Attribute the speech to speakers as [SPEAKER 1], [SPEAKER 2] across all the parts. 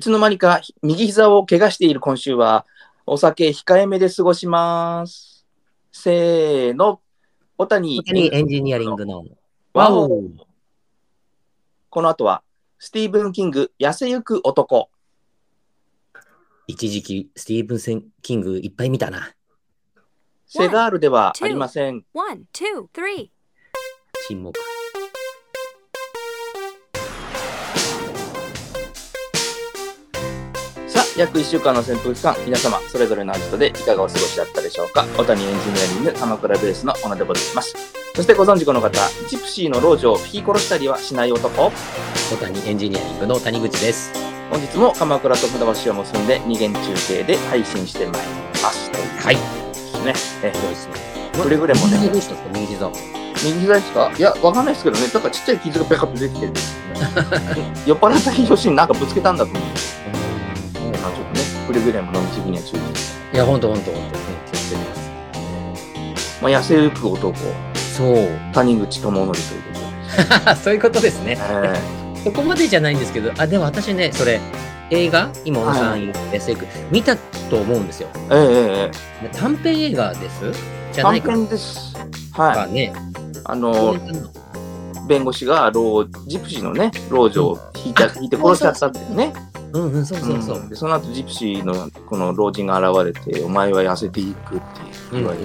[SPEAKER 1] つの間にか右膝を怪我している今週は、お酒控えめで過ごします。せーの、小谷
[SPEAKER 2] 本当にエンジニアリングの。
[SPEAKER 1] ワオこの後は、スティーブン・キング、痩せゆく男。
[SPEAKER 2] 一時期、スティーブン・センキングいっぱい見たな。
[SPEAKER 1] セガールではありません。
[SPEAKER 3] One, two, three.
[SPEAKER 2] 沈黙。
[SPEAKER 1] さあ、約1週間の潜伏期間、皆様、それぞれのアジトでいかがお過ごしだったでしょうか。小谷エンジニアリング、鎌倉ベースの小野でございます。そしてご存知この方、ジプシーの老女を引き殺したりはしない男。
[SPEAKER 2] 小谷エンジニアリングの谷口です。
[SPEAKER 1] 本日も鎌倉と船橋を結んで二元中継で配信してまいります。という
[SPEAKER 2] はい。
[SPEAKER 1] ことですね。え
[SPEAKER 2] すごいですね。
[SPEAKER 1] くれぐれもね
[SPEAKER 2] 右膝どうしたんですか右膝。
[SPEAKER 1] 右膝ですかいや、わかんないですけどね、なんかちっちゃい傷がペカッと出てきてるんですよね酔っ払った表紙になんかぶつけたんだと思うんですよね。まあちょっとね、くれぐれも飲みすぎには注意して。
[SPEAKER 2] いや、ほんとほんとほんと。ね気をつけてくださ
[SPEAKER 1] まあ、痩せゆく男、
[SPEAKER 2] いそう。
[SPEAKER 1] 谷口智則ということで。
[SPEAKER 2] そういうことですね。
[SPEAKER 1] えー
[SPEAKER 2] そこまでじゃないんですけど、あ、でも私ね、それ、映画、今、小野さん言う SF、見たと思うんですよ。
[SPEAKER 1] ええええ
[SPEAKER 2] 短編映画ですじゃな
[SPEAKER 1] 短
[SPEAKER 2] いか
[SPEAKER 1] 編です。は
[SPEAKER 2] ね。
[SPEAKER 1] い。あの、弁護士が老、ジプシーのね、老女を引いた、引いて殺しちゃったんだよね。
[SPEAKER 2] うんうん、そうそうそう。
[SPEAKER 1] んでその後ジプシーのこの老人が現れて、お前は痩せていくって言われて、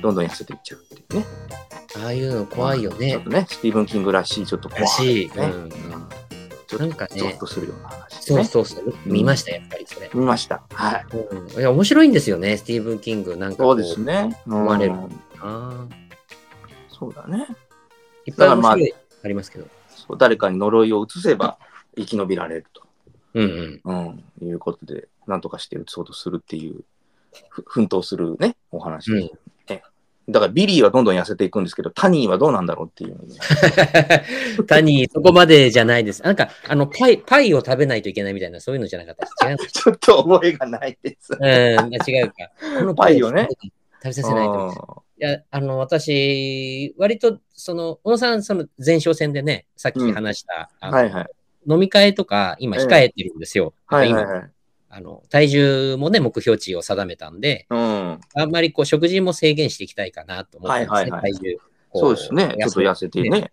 [SPEAKER 1] どんどん痩せていっちゃうっていうね。
[SPEAKER 2] ああいうの怖いよ
[SPEAKER 1] ちょ
[SPEAKER 2] ね
[SPEAKER 1] っ。とね、スティーブン・キングらしい、ちょっと怖
[SPEAKER 2] らしい。
[SPEAKER 1] ね
[SPEAKER 2] うんうん
[SPEAKER 1] ちょっ
[SPEAKER 2] な
[SPEAKER 1] と
[SPEAKER 2] んかね
[SPEAKER 1] ゾッとするような話で
[SPEAKER 2] そう
[SPEAKER 1] ね。
[SPEAKER 2] そうそう。見ました、やっぱりそれ。
[SPEAKER 1] 見ました。はい。
[SPEAKER 2] うん、いや、面白いんですよね、スティーブン・キング。なんか
[SPEAKER 1] そ
[SPEAKER 2] こ
[SPEAKER 1] うです。ね。思
[SPEAKER 2] われるあー
[SPEAKER 1] そうだね。
[SPEAKER 2] いっぱ
[SPEAKER 1] だ
[SPEAKER 2] い面
[SPEAKER 1] からまあ
[SPEAKER 2] 白いありますけど。
[SPEAKER 1] そう誰かに呪いを移せ ば生き延びられると。
[SPEAKER 2] うんうん。
[SPEAKER 1] うん、いうことで、なんとかして移そうとするっていう、ふ奮闘するね、お話です、ねだからビリーはどんどん痩せていくんですけど、タニーはどうなんだろうって いうのね、
[SPEAKER 2] タニー、そこまでじゃないです。なんか、あの、パイ、パイを食べないといけないみたいな、そういうのじゃなかったです。違う
[SPEAKER 1] ちょっと覚えがないです。
[SPEAKER 2] うん、違うか。こ の
[SPEAKER 1] パイをね。
[SPEAKER 2] 食べさせないと。いや、あの、私、割と、その、小野さん、その前哨戦でね、さっき話した、
[SPEAKER 1] う
[SPEAKER 2] あ
[SPEAKER 1] ん
[SPEAKER 2] の
[SPEAKER 1] はいはい。
[SPEAKER 2] 飲み会とか、今、控えてるんですよ。
[SPEAKER 1] はい
[SPEAKER 2] な
[SPEAKER 1] はい
[SPEAKER 2] んか今
[SPEAKER 1] はい。
[SPEAKER 2] あの、体重もね、目標値を定めたんで、
[SPEAKER 1] うん。
[SPEAKER 2] あんまりこう、食事も制限していきたいかなと思ってますね、
[SPEAKER 1] はいはいはい
[SPEAKER 2] 体重。こ
[SPEAKER 1] そうですね。ちょっと痩せてね。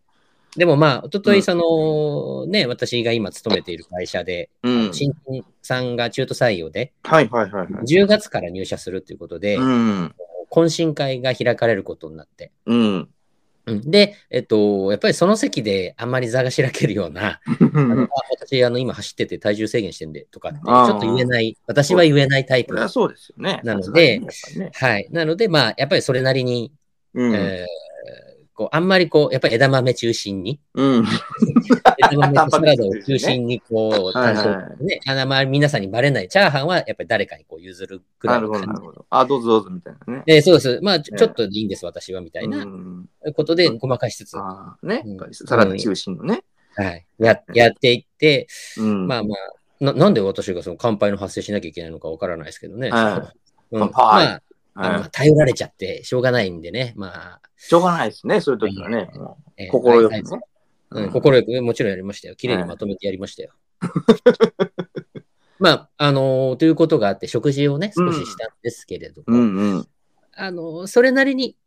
[SPEAKER 2] でもまあ、一昨
[SPEAKER 1] う
[SPEAKER 2] 日
[SPEAKER 1] ん
[SPEAKER 2] その、ね、私が今勤めている会社で、
[SPEAKER 1] うん。
[SPEAKER 2] 新人さんが中途採用で、
[SPEAKER 1] はいはいはいはい。
[SPEAKER 2] 10月から入社するということで、
[SPEAKER 1] うん。
[SPEAKER 2] 懇親会が開かれることになって、
[SPEAKER 1] うん。
[SPEAKER 2] うんで、えっと、やっぱりその席であんまり座がしらけるような、あのあ私、あの、今走ってて体重制限してんでとかって、ち
[SPEAKER 1] あー
[SPEAKER 2] ょっと言えない、私は言えないタイ
[SPEAKER 1] そ
[SPEAKER 2] プ
[SPEAKER 1] りゃ
[SPEAKER 2] な。
[SPEAKER 1] そうですよね。
[SPEAKER 2] なので
[SPEAKER 1] さすがにね、
[SPEAKER 2] はい。なので、まあ、やっぱりそれなりに、
[SPEAKER 1] やっぱりね。
[SPEAKER 2] えーこうあんまりこう、やっぱり枝豆中 心に、
[SPEAKER 1] うん。うん。
[SPEAKER 2] 枝豆とサラダを
[SPEAKER 1] タンパク質
[SPEAKER 2] 中
[SPEAKER 1] ですね
[SPEAKER 2] 心にこう、
[SPEAKER 1] はいはい
[SPEAKER 2] 担当ね、あの、まあ、皆さんにバレない、チャーハンはやっぱり誰かにこう譲るくら
[SPEAKER 1] ないる
[SPEAKER 2] の
[SPEAKER 1] ほど、な
[SPEAKER 2] 感
[SPEAKER 1] る
[SPEAKER 2] じ。
[SPEAKER 1] ほど。あ、どうぞどうぞみたいなね。
[SPEAKER 2] えーそうです。まあ、ちょ
[SPEAKER 1] ね
[SPEAKER 2] ちょっとでいいんです、私は、みたいな
[SPEAKER 1] うん。
[SPEAKER 2] ことで、ごまかしつつ、は
[SPEAKER 1] あーね
[SPEAKER 2] うん。
[SPEAKER 1] サラダ中心のね。
[SPEAKER 2] い。や、やっていって、
[SPEAKER 1] うん。
[SPEAKER 2] まあまあ、ななんで私がその乾杯の発生しなきゃいけないのかわからないですけどね。
[SPEAKER 1] は
[SPEAKER 2] うん
[SPEAKER 1] 乾杯
[SPEAKER 2] まああの
[SPEAKER 1] はい
[SPEAKER 2] まあ頼られちゃってしょうがないんでね。まあ、
[SPEAKER 1] しょうがないですね、そういう時はね。もう
[SPEAKER 2] えー
[SPEAKER 1] 心よく
[SPEAKER 2] は
[SPEAKER 1] ね
[SPEAKER 2] いはい。うん、心よく、もちろんやりましたよ。綺麗にまとめてやりましたよ。 まあ、あのーということがあって、食事をね、少ししたんですけれど
[SPEAKER 1] う
[SPEAKER 2] も、
[SPEAKER 1] んうん。
[SPEAKER 2] あのーそれなりに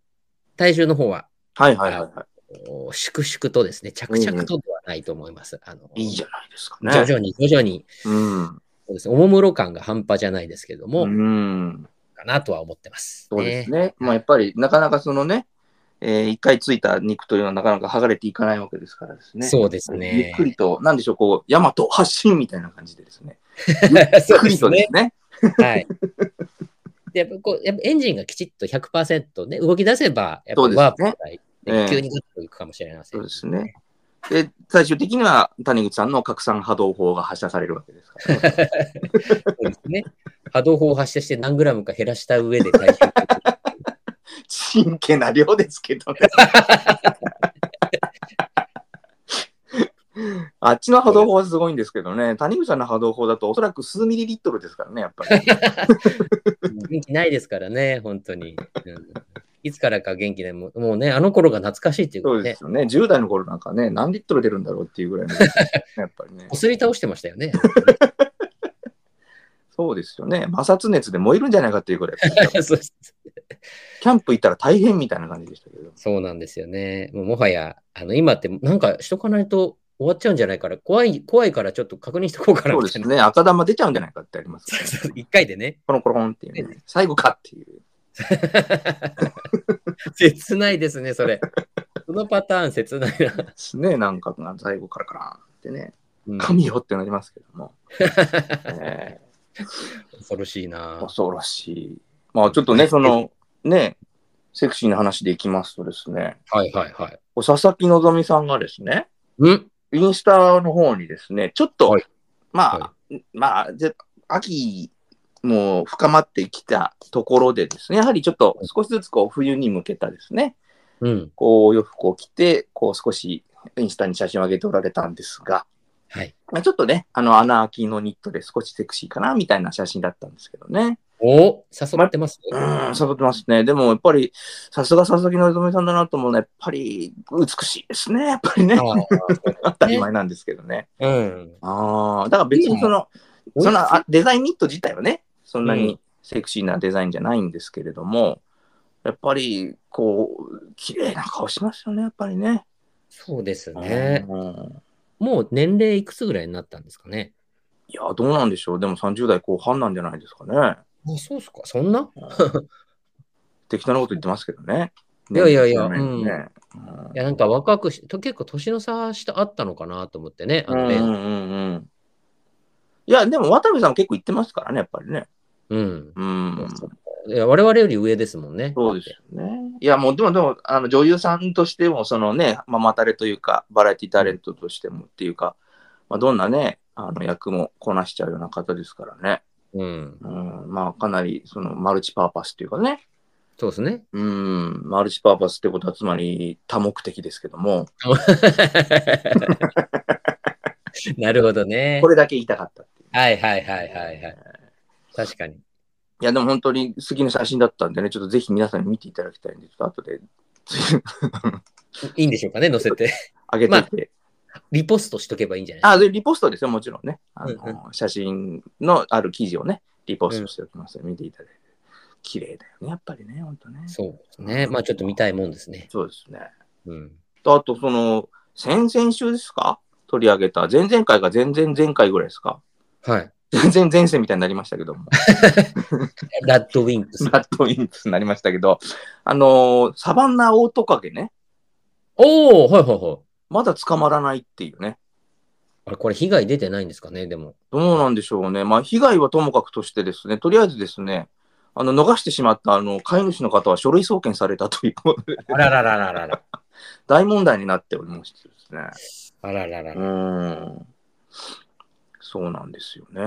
[SPEAKER 2] 体重の方は、
[SPEAKER 1] はいはいはいは
[SPEAKER 2] お粛々とですね、着々とではないと思います。あのー
[SPEAKER 1] い。いいじゃないですかね。
[SPEAKER 2] 徐々に徐々に、
[SPEAKER 1] うん。
[SPEAKER 2] そうですね、おもむろ感が半端じゃないですけども、
[SPEAKER 1] うん。
[SPEAKER 2] かなとは思ってます。
[SPEAKER 1] そうですね。まあやっぱりなかなかそのね、えー一回ついた肉というのはなかなか剥がれていかないわけですからですね。
[SPEAKER 2] そうです
[SPEAKER 1] ゆ
[SPEAKER 2] ね
[SPEAKER 1] っ。くりと、なんでしょう、こう、ヤマト発進みたいな感じでですね。ゆっ
[SPEAKER 2] そう
[SPEAKER 1] く
[SPEAKER 2] で
[SPEAKER 1] り
[SPEAKER 2] す
[SPEAKER 1] とで
[SPEAKER 2] ね。
[SPEAKER 1] すね。
[SPEAKER 2] はい。でやっぱこうやっぱエンジンがきちっと100%ね、動き出せば、やっぱ
[SPEAKER 1] そうですね
[SPEAKER 2] ワープぐらい
[SPEAKER 1] え
[SPEAKER 2] で、
[SPEAKER 1] え
[SPEAKER 2] 急にグッといくかもしれませ
[SPEAKER 1] そ
[SPEAKER 2] ん。
[SPEAKER 1] うですね。で、最終的には谷口さんの拡散波動砲が発射されるわけですからね。
[SPEAKER 2] そうですね。波動砲を発射して何グラムか減らした上で体重を
[SPEAKER 1] 真剣な量ですけ どね。あっちの波動砲はすごいんですけどね、谷口さんの波動砲だとおそらく数ミリリットルですからね、やっぱり。
[SPEAKER 2] 元気ないですからね、本当に。うんいつからか元気でもう、もうね、あの頃が懐かしいっていうこ
[SPEAKER 1] そ
[SPEAKER 2] と
[SPEAKER 1] う
[SPEAKER 2] で
[SPEAKER 1] で
[SPEAKER 2] ね、
[SPEAKER 1] すよね。10代の頃 なんかね、何リットル出るんだろうっていうぐらいの、やっぱりね
[SPEAKER 2] こ。すり倒してましたよね。
[SPEAKER 1] そうですよね。摩擦熱で燃えるんじゃないかっていうぐらい、
[SPEAKER 2] そうです
[SPEAKER 1] キャンプ行ったら大変みたいな感じでしたけど。
[SPEAKER 2] そうなんですよね。もうもはや、あの今ってなんかしとかないと終わっちゃうんじゃないから、怖い、怖いからちょっと確認しとこうかな
[SPEAKER 1] そう
[SPEAKER 2] み
[SPEAKER 1] で
[SPEAKER 2] た
[SPEAKER 1] す
[SPEAKER 2] いな。
[SPEAKER 1] ね。赤玉出ちゃうんじゃないかってありますよね、
[SPEAKER 2] そうそう一回でね。
[SPEAKER 1] コロンコロンっていうね。最後かっていう。
[SPEAKER 2] 切ないですね、それ。そのパターン切ないな。
[SPEAKER 1] ですね。なんか、最後からからってね。
[SPEAKER 2] うん
[SPEAKER 1] 神よってなりますけど も。えー
[SPEAKER 2] 恐ろしいな。
[SPEAKER 1] 恐ろしい。まあちょっとね、その、ね、セクシーな話でいきますとですね、
[SPEAKER 2] はいはいはい。
[SPEAKER 1] お佐々木希さんがですね、
[SPEAKER 2] うん
[SPEAKER 1] インスタの方にですね、ちょっと、
[SPEAKER 2] はい
[SPEAKER 1] まあ、まあ、ぜ秋も深まってきたところでですね、やはりちょっと少しずつこう冬に向けたですね、
[SPEAKER 2] うん。
[SPEAKER 1] こうお洋服を着て、こう少しインスタに写真を上げておられたんですが、
[SPEAKER 2] はい。
[SPEAKER 1] まあ、ちょっとね、あの穴開きのニットで少しセクシーかなみたいな写真だったんですけどね。
[SPEAKER 2] お誘ってます、
[SPEAKER 1] うーん、誘ってますね。でもやっぱり、さすが佐々木のさんだなと思うのは、やっぱり美しいですね。やっぱりね。
[SPEAKER 2] あー
[SPEAKER 1] 当たり前なんですけどね。
[SPEAKER 2] うん。
[SPEAKER 1] ああ、だから別にその、
[SPEAKER 2] うん
[SPEAKER 1] そのあデザインニット自体はね、そんな
[SPEAKER 2] う
[SPEAKER 1] にセクシーなデザインじゃないんですけれども、やっぱり、こう、綺麗な顔しますよね、やっぱりね。
[SPEAKER 2] そうですね。
[SPEAKER 1] うん
[SPEAKER 2] もう年齢いくつぐらいになったんですかね。
[SPEAKER 1] いや、どうなんでしょう。でも30代後半なんじゃないですかね。
[SPEAKER 2] あ、そうっすか。そんな
[SPEAKER 1] 適当なこと言ってますけどね。
[SPEAKER 2] いやいやいや
[SPEAKER 1] ね
[SPEAKER 2] うん
[SPEAKER 1] ね
[SPEAKER 2] いや、なんか若くし、と結構年の差したあったのかなと思ってね。あ
[SPEAKER 1] うん
[SPEAKER 2] の
[SPEAKER 1] う
[SPEAKER 2] ね
[SPEAKER 1] んうんうん。いや、でも渡部さんも結構言ってますからね、やっぱりね。
[SPEAKER 2] うん。
[SPEAKER 1] うん。
[SPEAKER 2] いや、我々より上ですもんね。
[SPEAKER 1] そうですよね。いや、もう、でも、でも、あの女優さんとしても、そのね、ママタレというか、バラエティタレントとしてもっていうか、まあ、どんなね、あの役もこなしちゃうような方ですからね。
[SPEAKER 2] うん。
[SPEAKER 1] うん、まあ、かなり、その、マルチパーパスっていうかね。
[SPEAKER 2] そうですね。
[SPEAKER 1] うん、マルチパーパスってことは、つまり多目的ですけども、
[SPEAKER 2] なるほどね
[SPEAKER 1] こ。れだけ言いたかったっていう。
[SPEAKER 2] はいはいはいはいはい。確かに。
[SPEAKER 1] いや、でも本当に好きな写真だったんでね、ちょっとぜひ皆さんに見ていただきたいんで、ちょっと後で、
[SPEAKER 2] いいんでしょうかね、載せて。
[SPEAKER 1] あげていて。
[SPEAKER 2] リポストしとけばいいんじゃない
[SPEAKER 1] あ、で、リポストですよ、もちろんね。あの、
[SPEAKER 2] うん
[SPEAKER 1] 写真のある記事をね、リポストしておきますよ。見ていただいて。綺麗だよね、やっぱりね、本当ね。
[SPEAKER 2] そうですね。まあちょっと見たいもんですね。
[SPEAKER 1] そうですね。
[SPEAKER 2] うん。
[SPEAKER 1] とあと、その、先々週ですか取り上げた。前々回が前々前回ぐらいですか
[SPEAKER 2] はい。
[SPEAKER 1] 全然前世みたいになりましたけど も。
[SPEAKER 2] ラッドウィンプス。
[SPEAKER 1] ラッドウィンプスになりましたけど、あのーサバンナオオトカゲね、
[SPEAKER 2] おおはいはいはい。
[SPEAKER 1] まだ捕まらないっていうね。
[SPEAKER 2] あれ、これ被害出てないんですかね、でも。
[SPEAKER 1] どうなんでしょうね。まあ、被害はともかくとしてですね、とりあえずですね、あの逃してしまったあの飼い主の方は書類送検されたという ことで、
[SPEAKER 2] あらららららら。
[SPEAKER 1] 大問題になっておりましてですね。
[SPEAKER 2] あららら
[SPEAKER 1] う
[SPEAKER 2] ら。
[SPEAKER 1] ーん。そうなんですよね。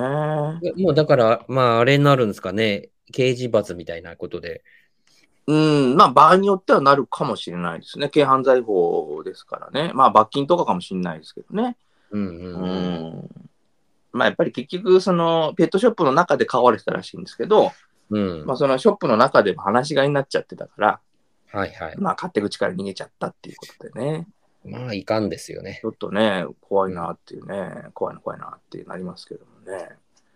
[SPEAKER 2] もうだから、まああれになるんですかね。刑事罰みたいなことで。
[SPEAKER 1] うん、まあ、場合によってはなるかもしれないですね。軽犯罪法ですからね。まあ、罰金とかかもしれないですけどね。
[SPEAKER 2] うんう
[SPEAKER 1] うん
[SPEAKER 2] うん。
[SPEAKER 1] ん。まあ、やっぱり結局、その、ペットショップの中で飼われてたらしいんですけど、
[SPEAKER 2] うん。
[SPEAKER 1] ま
[SPEAKER 2] は
[SPEAKER 1] あ、そのショップの中でも話し飼いになっちゃってたから、
[SPEAKER 2] いはい。
[SPEAKER 1] まあ、勝手口から逃げちゃったっていうことでね、
[SPEAKER 2] まあいかんですよね
[SPEAKER 1] ち。ょっとね、怖いなっていうね、怖いな、怖いなってなりますけどもね、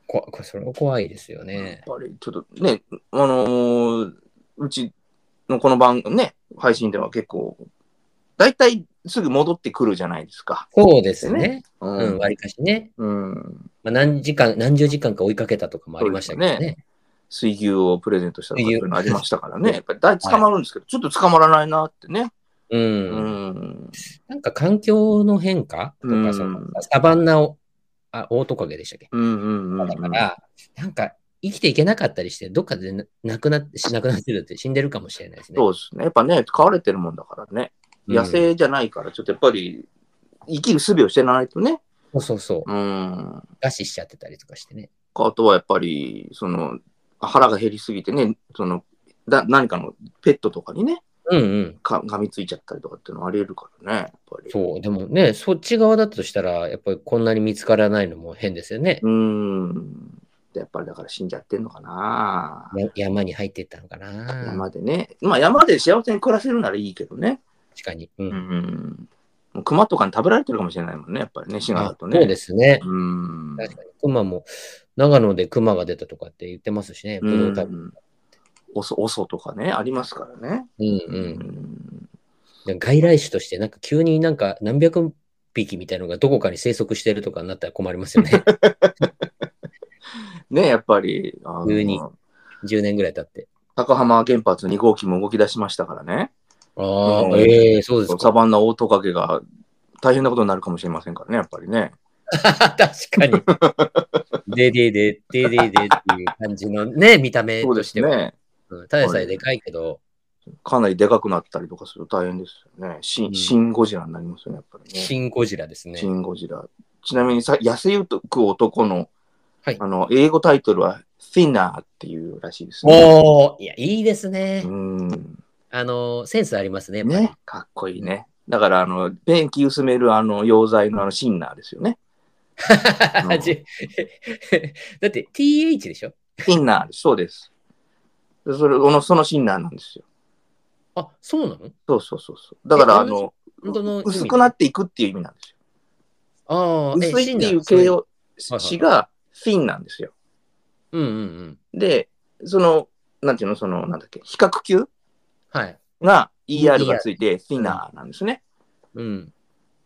[SPEAKER 2] ここそれも怖いですよ
[SPEAKER 1] やっ
[SPEAKER 2] ね。
[SPEAKER 1] ぱりちょっとね、あのーうちのこの番ね、配信では結構、大体すぐ戻ってくるじゃないですか。
[SPEAKER 2] そうですね。
[SPEAKER 1] う
[SPEAKER 2] うん、割かしね。
[SPEAKER 1] うん、
[SPEAKER 2] まあ、何時間、何十時間か追いかけたとかもありましたけど
[SPEAKER 1] そうです
[SPEAKER 2] ね。
[SPEAKER 1] 水牛をプレゼントしたとかそう
[SPEAKER 2] 水
[SPEAKER 1] い
[SPEAKER 2] 牛
[SPEAKER 1] うのありましたからね、やっぱり大捕まるんですけど、ちょっと捕まらないなってね。
[SPEAKER 2] う。
[SPEAKER 1] うんん。
[SPEAKER 2] なんか環境の変化と
[SPEAKER 1] うん
[SPEAKER 2] か、そのサバンナを、あ、オオトカゲでしたっけ
[SPEAKER 1] うんうんうん、うん。
[SPEAKER 2] だから、なんか生きていけなかったりして、どっかでな亡くなって、し亡くなってるって死んでるかもしれないですね。
[SPEAKER 1] そうですね。やっぱね、飼われてるもんだからね。
[SPEAKER 2] うん
[SPEAKER 1] 野生じゃないから、ちょっとやっぱり、生きる術をしてないとね。
[SPEAKER 2] そうそうそう。
[SPEAKER 1] うん。
[SPEAKER 2] 餓死しちゃってたりとかしてね。
[SPEAKER 1] あとはやっぱり、その、腹が減りすぎてね、その、だ何かのペットとかにね、
[SPEAKER 2] うんうん。
[SPEAKER 1] か噛みついちゃったりとかっていうのはあり得るからね、やっぱり。
[SPEAKER 2] そう、でもね、そっち側だとしたら、やっぱりこんなに見つからないのも変ですよね。
[SPEAKER 1] うん。でやっぱりだから死んじゃってんのかな。
[SPEAKER 2] や山に入っていったのかな。
[SPEAKER 1] 山でね。まあ山で幸せに暮らせるならいいけどね。
[SPEAKER 2] 確かに。うん。
[SPEAKER 1] うん。もう熊とかに食べられてるかもしれないもんね、やっぱりね、滋賀だとね。
[SPEAKER 2] そうですね。
[SPEAKER 1] うーん。
[SPEAKER 2] 確かに、熊も、長野で熊が出たとかって言ってますしね、
[SPEAKER 1] う
[SPEAKER 2] ブドウ食べる
[SPEAKER 1] ん。おそ、おそとかね、ありますからね。
[SPEAKER 2] うん
[SPEAKER 1] う
[SPEAKER 2] うん
[SPEAKER 1] ん。
[SPEAKER 2] で外来種として、なんか急になんか何百匹みたいのがどこかに生息してるとかになったら困りますよ ね。
[SPEAKER 1] ね、やっぱり、あ
[SPEAKER 2] 急に
[SPEAKER 1] の、
[SPEAKER 2] 10年ぐらい経って。
[SPEAKER 1] 高浜原発2号機も動き出しましたからね。
[SPEAKER 2] ああ、
[SPEAKER 1] うん
[SPEAKER 2] ええそうです
[SPEAKER 1] サ
[SPEAKER 2] か。
[SPEAKER 1] バンナオオトカゲが大変なことになるかもしれませんからね、やっぱりね。
[SPEAKER 2] 確かに。ででで、でででっていう感じ のね、見た目
[SPEAKER 1] そう
[SPEAKER 2] と
[SPEAKER 1] で
[SPEAKER 2] し
[SPEAKER 1] す
[SPEAKER 2] ては。
[SPEAKER 1] ね。
[SPEAKER 2] うんただでさえでかいけど、
[SPEAKER 1] かなりでかくなったりとかすると大変ですよね。シ
[SPEAKER 2] う
[SPEAKER 1] ン
[SPEAKER 2] ん
[SPEAKER 1] シンゴジラになりますよね、やっぱりね。
[SPEAKER 2] シンゴジラですね
[SPEAKER 1] シ。ンゴジラ。ちなみにさ、痩せゆく男の、
[SPEAKER 2] はい
[SPEAKER 1] あの、英語タイトルは、Thinner っていうらしいですね。
[SPEAKER 2] おおいや、いいですね
[SPEAKER 1] う。ん。
[SPEAKER 2] あの、センスありますね。やっぱり
[SPEAKER 1] ね。かっこいいね。だから、あの、便器薄める、あの、溶剤の、あの、シンナーですよね。うん
[SPEAKER 2] じだって TH でしょ
[SPEAKER 1] Thinner です。そうです。でそれ、この、そのシンナーなんですよ。
[SPEAKER 2] あ、そうなの
[SPEAKER 1] そうそうそうそう。だから、
[SPEAKER 2] え
[SPEAKER 1] あの、
[SPEAKER 2] 本当の意味
[SPEAKER 1] 薄くなっていくっていう意味なんですよ。
[SPEAKER 2] ああ、
[SPEAKER 1] 薄
[SPEAKER 2] え
[SPEAKER 1] いっていう
[SPEAKER 2] シンナー
[SPEAKER 1] 形容
[SPEAKER 2] はい
[SPEAKER 1] 詞が thin なんですよ。
[SPEAKER 2] うんうんうん。
[SPEAKER 1] で、その、なんていうの、その、なんだっけ、比較級
[SPEAKER 2] はい。
[SPEAKER 1] が
[SPEAKER 2] ER
[SPEAKER 1] ER がついて thinner なんですね。
[SPEAKER 2] うん。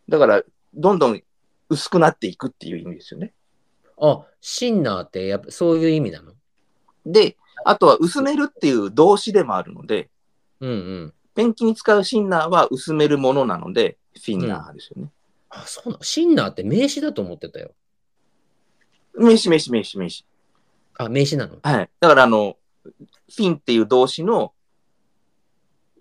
[SPEAKER 1] だから、どんどん薄くなっていくっていう意味ですよね。
[SPEAKER 2] あ、シンナーってやっぱそういう意味なの
[SPEAKER 1] で、あとは薄めるっていう動詞でもあるので、
[SPEAKER 2] うんうん。
[SPEAKER 1] ペンキに使うシンナーは薄めるものなので、フィンナーですよね。
[SPEAKER 2] あ、そうなのシンナーって名詞だと思ってたよ。
[SPEAKER 1] 名詞名詞名詞名詞。
[SPEAKER 2] あ、名詞なの
[SPEAKER 1] はい。だから、あの、フィンっていう動詞の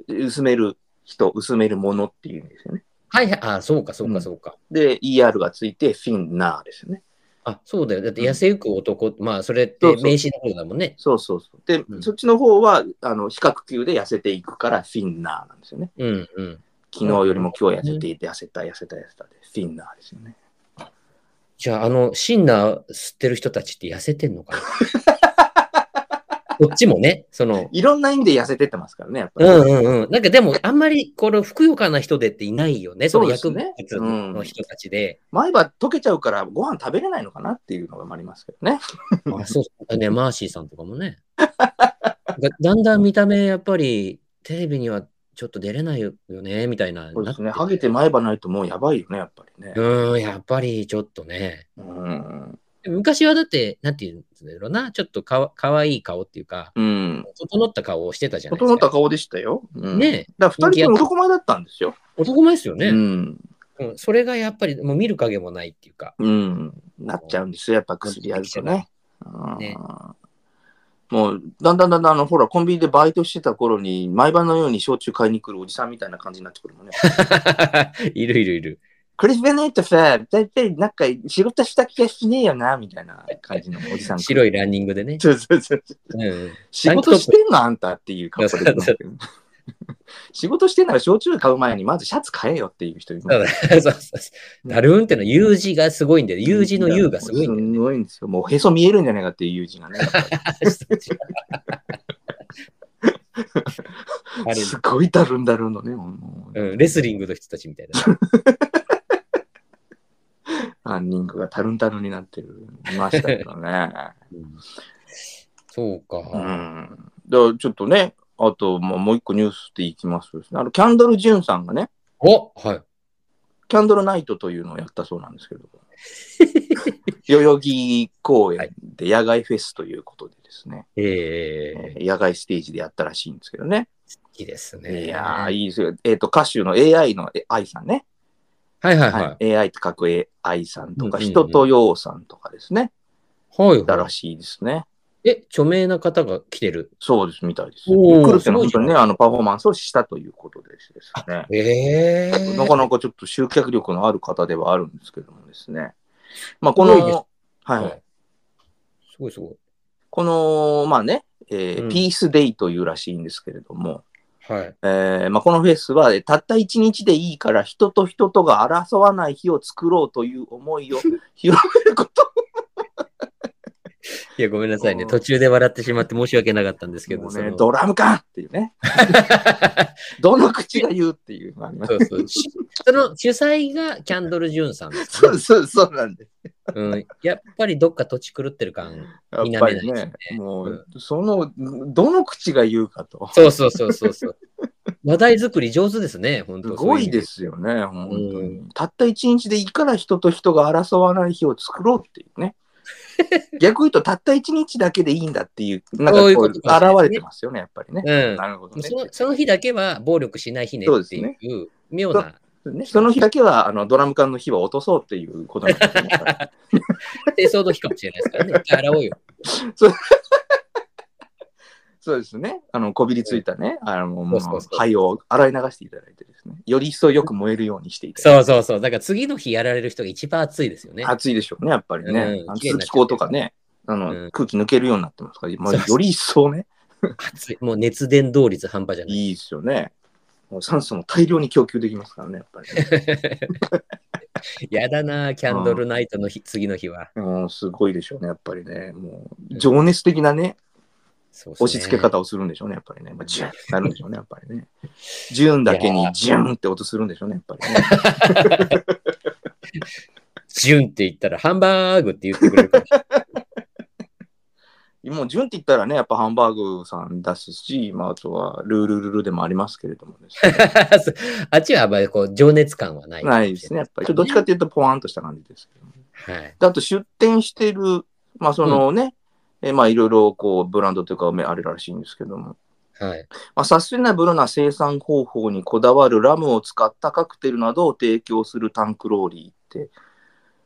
[SPEAKER 1] 薄める人、薄めるものっていう意味ですよね。
[SPEAKER 2] はいはい。あ、そうかそう
[SPEAKER 1] う
[SPEAKER 2] か
[SPEAKER 1] ん
[SPEAKER 2] そうか。
[SPEAKER 1] で、ER がついて、フィンナーですよね。
[SPEAKER 2] あ、そうだよ。だって痩せゆく男、まあそれっ
[SPEAKER 1] そ
[SPEAKER 2] て
[SPEAKER 1] うそう
[SPEAKER 2] 名詞の方だもんね。
[SPEAKER 1] そうそうそう。で、
[SPEAKER 2] うん
[SPEAKER 1] そっちの方は、あの、比較級で痩せていくから、フィンナーなんですよね。
[SPEAKER 2] うんうん。
[SPEAKER 1] 昨日よりも今日痩せていて、痩せた、痩せた、痩せたで、フィンナーですよね。
[SPEAKER 2] じゃあ、あの、シンナー吸ってる人たちって痩せてんの かなこっちもね、その、
[SPEAKER 1] いろんな意味で痩せてってますからね、やっぱ
[SPEAKER 2] う
[SPEAKER 1] り。
[SPEAKER 2] んうんうん。なんかでも、あんまり、この、ふくよかな人でっていないよね。その
[SPEAKER 1] そうです
[SPEAKER 2] 薬
[SPEAKER 1] ね
[SPEAKER 2] 物の人たちで。
[SPEAKER 1] 前歯溶けちゃうから、ご飯食べれないのかなっていうのがありますけどね。
[SPEAKER 2] あそうそうね、マーシーさんとかもね。だだんだん見た目、やっぱり、テレビにはちょっと出れないよね、みたいな。
[SPEAKER 1] そうですね。
[SPEAKER 2] な
[SPEAKER 1] ハ
[SPEAKER 2] って
[SPEAKER 1] ゲて前歯ないともうやばいよね、やっぱりね。
[SPEAKER 2] うん、やっぱりちょっとね。
[SPEAKER 1] うん。
[SPEAKER 2] 昔はだって、なんていうんだろうな、ちょっとかわかわいい顔っていうか、
[SPEAKER 1] うん。
[SPEAKER 2] 整った顔をしてたじゃないです
[SPEAKER 1] 整
[SPEAKER 2] か。
[SPEAKER 1] った顔でしたよ。うん、
[SPEAKER 2] ね
[SPEAKER 1] だから二人とも男前だったんですよ。
[SPEAKER 2] 男前ですよね、
[SPEAKER 1] うん。
[SPEAKER 2] うんそれがやっぱりもう見る影もないっていうか。
[SPEAKER 1] うん。なっちゃうんですよ、やっぱ薬やるとね。
[SPEAKER 2] ね
[SPEAKER 1] うんもう、だんだんだんだん、あの、ほら、コンビニでバイトしてた頃に、毎晩のように焼酎買いに来るおじさんみたいな感じになってくるもん ね。
[SPEAKER 2] いるいるいる。
[SPEAKER 1] クリス・ベネットさ、大体なんか仕事した気がしねえよな、みたいな感じのおじさん。
[SPEAKER 2] 白
[SPEAKER 1] い。
[SPEAKER 2] いランニングでね。
[SPEAKER 1] そうそうそう。
[SPEAKER 2] うんうん、
[SPEAKER 1] 仕事してんのあんたっていう格好で来るんですけど 仕事してんなら焼酎買う前にまずシャツ買えよっていう人い
[SPEAKER 2] そう
[SPEAKER 1] ま
[SPEAKER 2] だ
[SPEAKER 1] す。
[SPEAKER 2] そうそうそうダルーンってのは U 字がすごいんだよ。U 字の U がすごいんだよ。
[SPEAKER 1] すごいんですよ。もうへそ見えるんじゃないかっていう友人がね。
[SPEAKER 2] あれ
[SPEAKER 1] すごいだるんだるんのね。もう
[SPEAKER 2] うん、レスリングの人たちみたい な。
[SPEAKER 1] ランニングがタルンタルンになってる。いましたけどね。
[SPEAKER 2] そう
[SPEAKER 1] う
[SPEAKER 2] か。
[SPEAKER 1] ん。だからちょっとね、あと、まあ、もう一個ニュースでいきますとですね。あの、キャンドル・ジュンさんがね、
[SPEAKER 2] おはい。
[SPEAKER 1] キャンドルナイトというのをやったそうなんですけ ど、代々木公園で野外フェスということでですね、
[SPEAKER 2] ええ
[SPEAKER 1] えー野外ステージでやったらしいんですけどね。
[SPEAKER 2] 好きですね。
[SPEAKER 1] いやー、
[SPEAKER 2] い
[SPEAKER 1] いいですよ。えっ、と、歌手の AI のえ AI さんね。
[SPEAKER 2] はいはいはい。は
[SPEAKER 1] はい AI って書く AI さんとか、
[SPEAKER 2] うんうんうん
[SPEAKER 1] 人とようさんとかですね。
[SPEAKER 2] い、
[SPEAKER 1] だ
[SPEAKER 2] は
[SPEAKER 1] ら
[SPEAKER 2] い。
[SPEAKER 1] しいですね。
[SPEAKER 2] え、著名な方が来てる。
[SPEAKER 1] そうです、みたいです。
[SPEAKER 2] おー
[SPEAKER 1] 来るっていうのは
[SPEAKER 2] すご
[SPEAKER 1] 本
[SPEAKER 2] いじゃ
[SPEAKER 1] 当
[SPEAKER 2] ん
[SPEAKER 1] にね、あの、パフォーマンスをしたということですですね。
[SPEAKER 2] ええ
[SPEAKER 1] なかなかちょっと集客力のある方ではあるんですけどもですね。まあ、こ
[SPEAKER 2] すごいです
[SPEAKER 1] の、はい、
[SPEAKER 2] はいすごいすごい。
[SPEAKER 1] この、まあね、えー
[SPEAKER 2] うん
[SPEAKER 1] ピースデイというらしいんですけれども、
[SPEAKER 2] はい。
[SPEAKER 1] えーまあ、このフェスは、えーたった一日でいいから人と人とが争わない日を作ろうという思いを広める こと
[SPEAKER 2] いや、ごめんなさいね。
[SPEAKER 1] うん
[SPEAKER 2] 途中で笑ってしまって申し訳なかったんですけど、
[SPEAKER 1] もう
[SPEAKER 2] そ
[SPEAKER 1] ね、
[SPEAKER 2] の
[SPEAKER 1] ドラム缶っていうね、どの口が言うっていうのがあります
[SPEAKER 2] そうそう。しその主催がキャンドル・ジュンさんです
[SPEAKER 1] そう
[SPEAKER 2] ね、
[SPEAKER 1] そうそうなんで。
[SPEAKER 2] うん。やっぱりどっか土地狂ってる感。
[SPEAKER 1] やっぱりね、もう、その、どの口が言うかと。
[SPEAKER 2] そうそうそうそうそう。話題作り上手ですね、本
[SPEAKER 1] す
[SPEAKER 2] 当。
[SPEAKER 1] ごいですすよね、本当
[SPEAKER 2] う
[SPEAKER 1] に。たった一日でいいから人と人が争わない日を作ろうっていうね。逆に言うと、たった一日だけでいいんだっていう、なんか
[SPEAKER 2] そういう
[SPEAKER 1] こう、
[SPEAKER 2] こと
[SPEAKER 1] 現
[SPEAKER 2] ですね
[SPEAKER 1] れてますよね、やっぱりね。
[SPEAKER 2] うん。
[SPEAKER 1] なるほどね
[SPEAKER 2] そ。のその日だけは暴力しない日ねっていう妙な。
[SPEAKER 1] ねその日だけは、あの、ドラム缶の火は落とそうっていうことなんですよね。
[SPEAKER 2] 低騒動日かもしれないですからね。一回洗おうよ。
[SPEAKER 1] そうですね。あの、こびりついたね、あの、もう
[SPEAKER 2] そうそうそう
[SPEAKER 1] 灰を洗い流していただいてですね。より一層よく燃えるようにしていただいて。
[SPEAKER 2] そうそうそう。だから次の日やられる人が一番暑いですよね。
[SPEAKER 1] 暑いでしょうね、やっぱりね
[SPEAKER 2] う。ん
[SPEAKER 1] あの
[SPEAKER 2] 綺麗
[SPEAKER 1] 通
[SPEAKER 2] になっちゃって
[SPEAKER 1] 気口とかね、あの、
[SPEAKER 2] うん
[SPEAKER 1] 空気抜けるようになってますから、まあ、
[SPEAKER 2] そうそう
[SPEAKER 1] より一層ね、
[SPEAKER 2] 暑い。もう熱伝導率半端じゃない。
[SPEAKER 1] いいですよね。もう酸素も大量に供給できますからね、やっぱりね、
[SPEAKER 2] やだな、キャンドルナイトの日、次の日は。
[SPEAKER 1] うん、すごいでしょうね、やっぱりね。もう、情熱的なね、
[SPEAKER 2] そうですね
[SPEAKER 1] 押し付け方をするんでしょうね、やっぱりね。まあ、ジュンなるんでしょうね、やっぱりね。ジュンだけ
[SPEAKER 2] い
[SPEAKER 1] に
[SPEAKER 2] やー
[SPEAKER 1] ジュンって音するんでしょうね、やっぱりね。
[SPEAKER 2] ジュンって言ったらハンバーグって言ってくれるから。
[SPEAKER 1] もう順って言ったらね、やっぱハンバーグさん出すし、まあ、あとはルールルルでもありますけれどもですね、
[SPEAKER 2] あっちはあんまりこう情熱感はない。
[SPEAKER 1] ないですね、やっぱり。ちょっとどっちかっていうと、ポワンとした感じですけども。
[SPEAKER 2] はい。
[SPEAKER 1] であと出店してる、まあ、そのね、えまあ、いろいろこう、ブランドというか、あれらしいんですけども、
[SPEAKER 2] はい。
[SPEAKER 1] まあ、サステナブルな生産方法にこだわるラムを使ったカクテルなどを提供するタンクローリーっ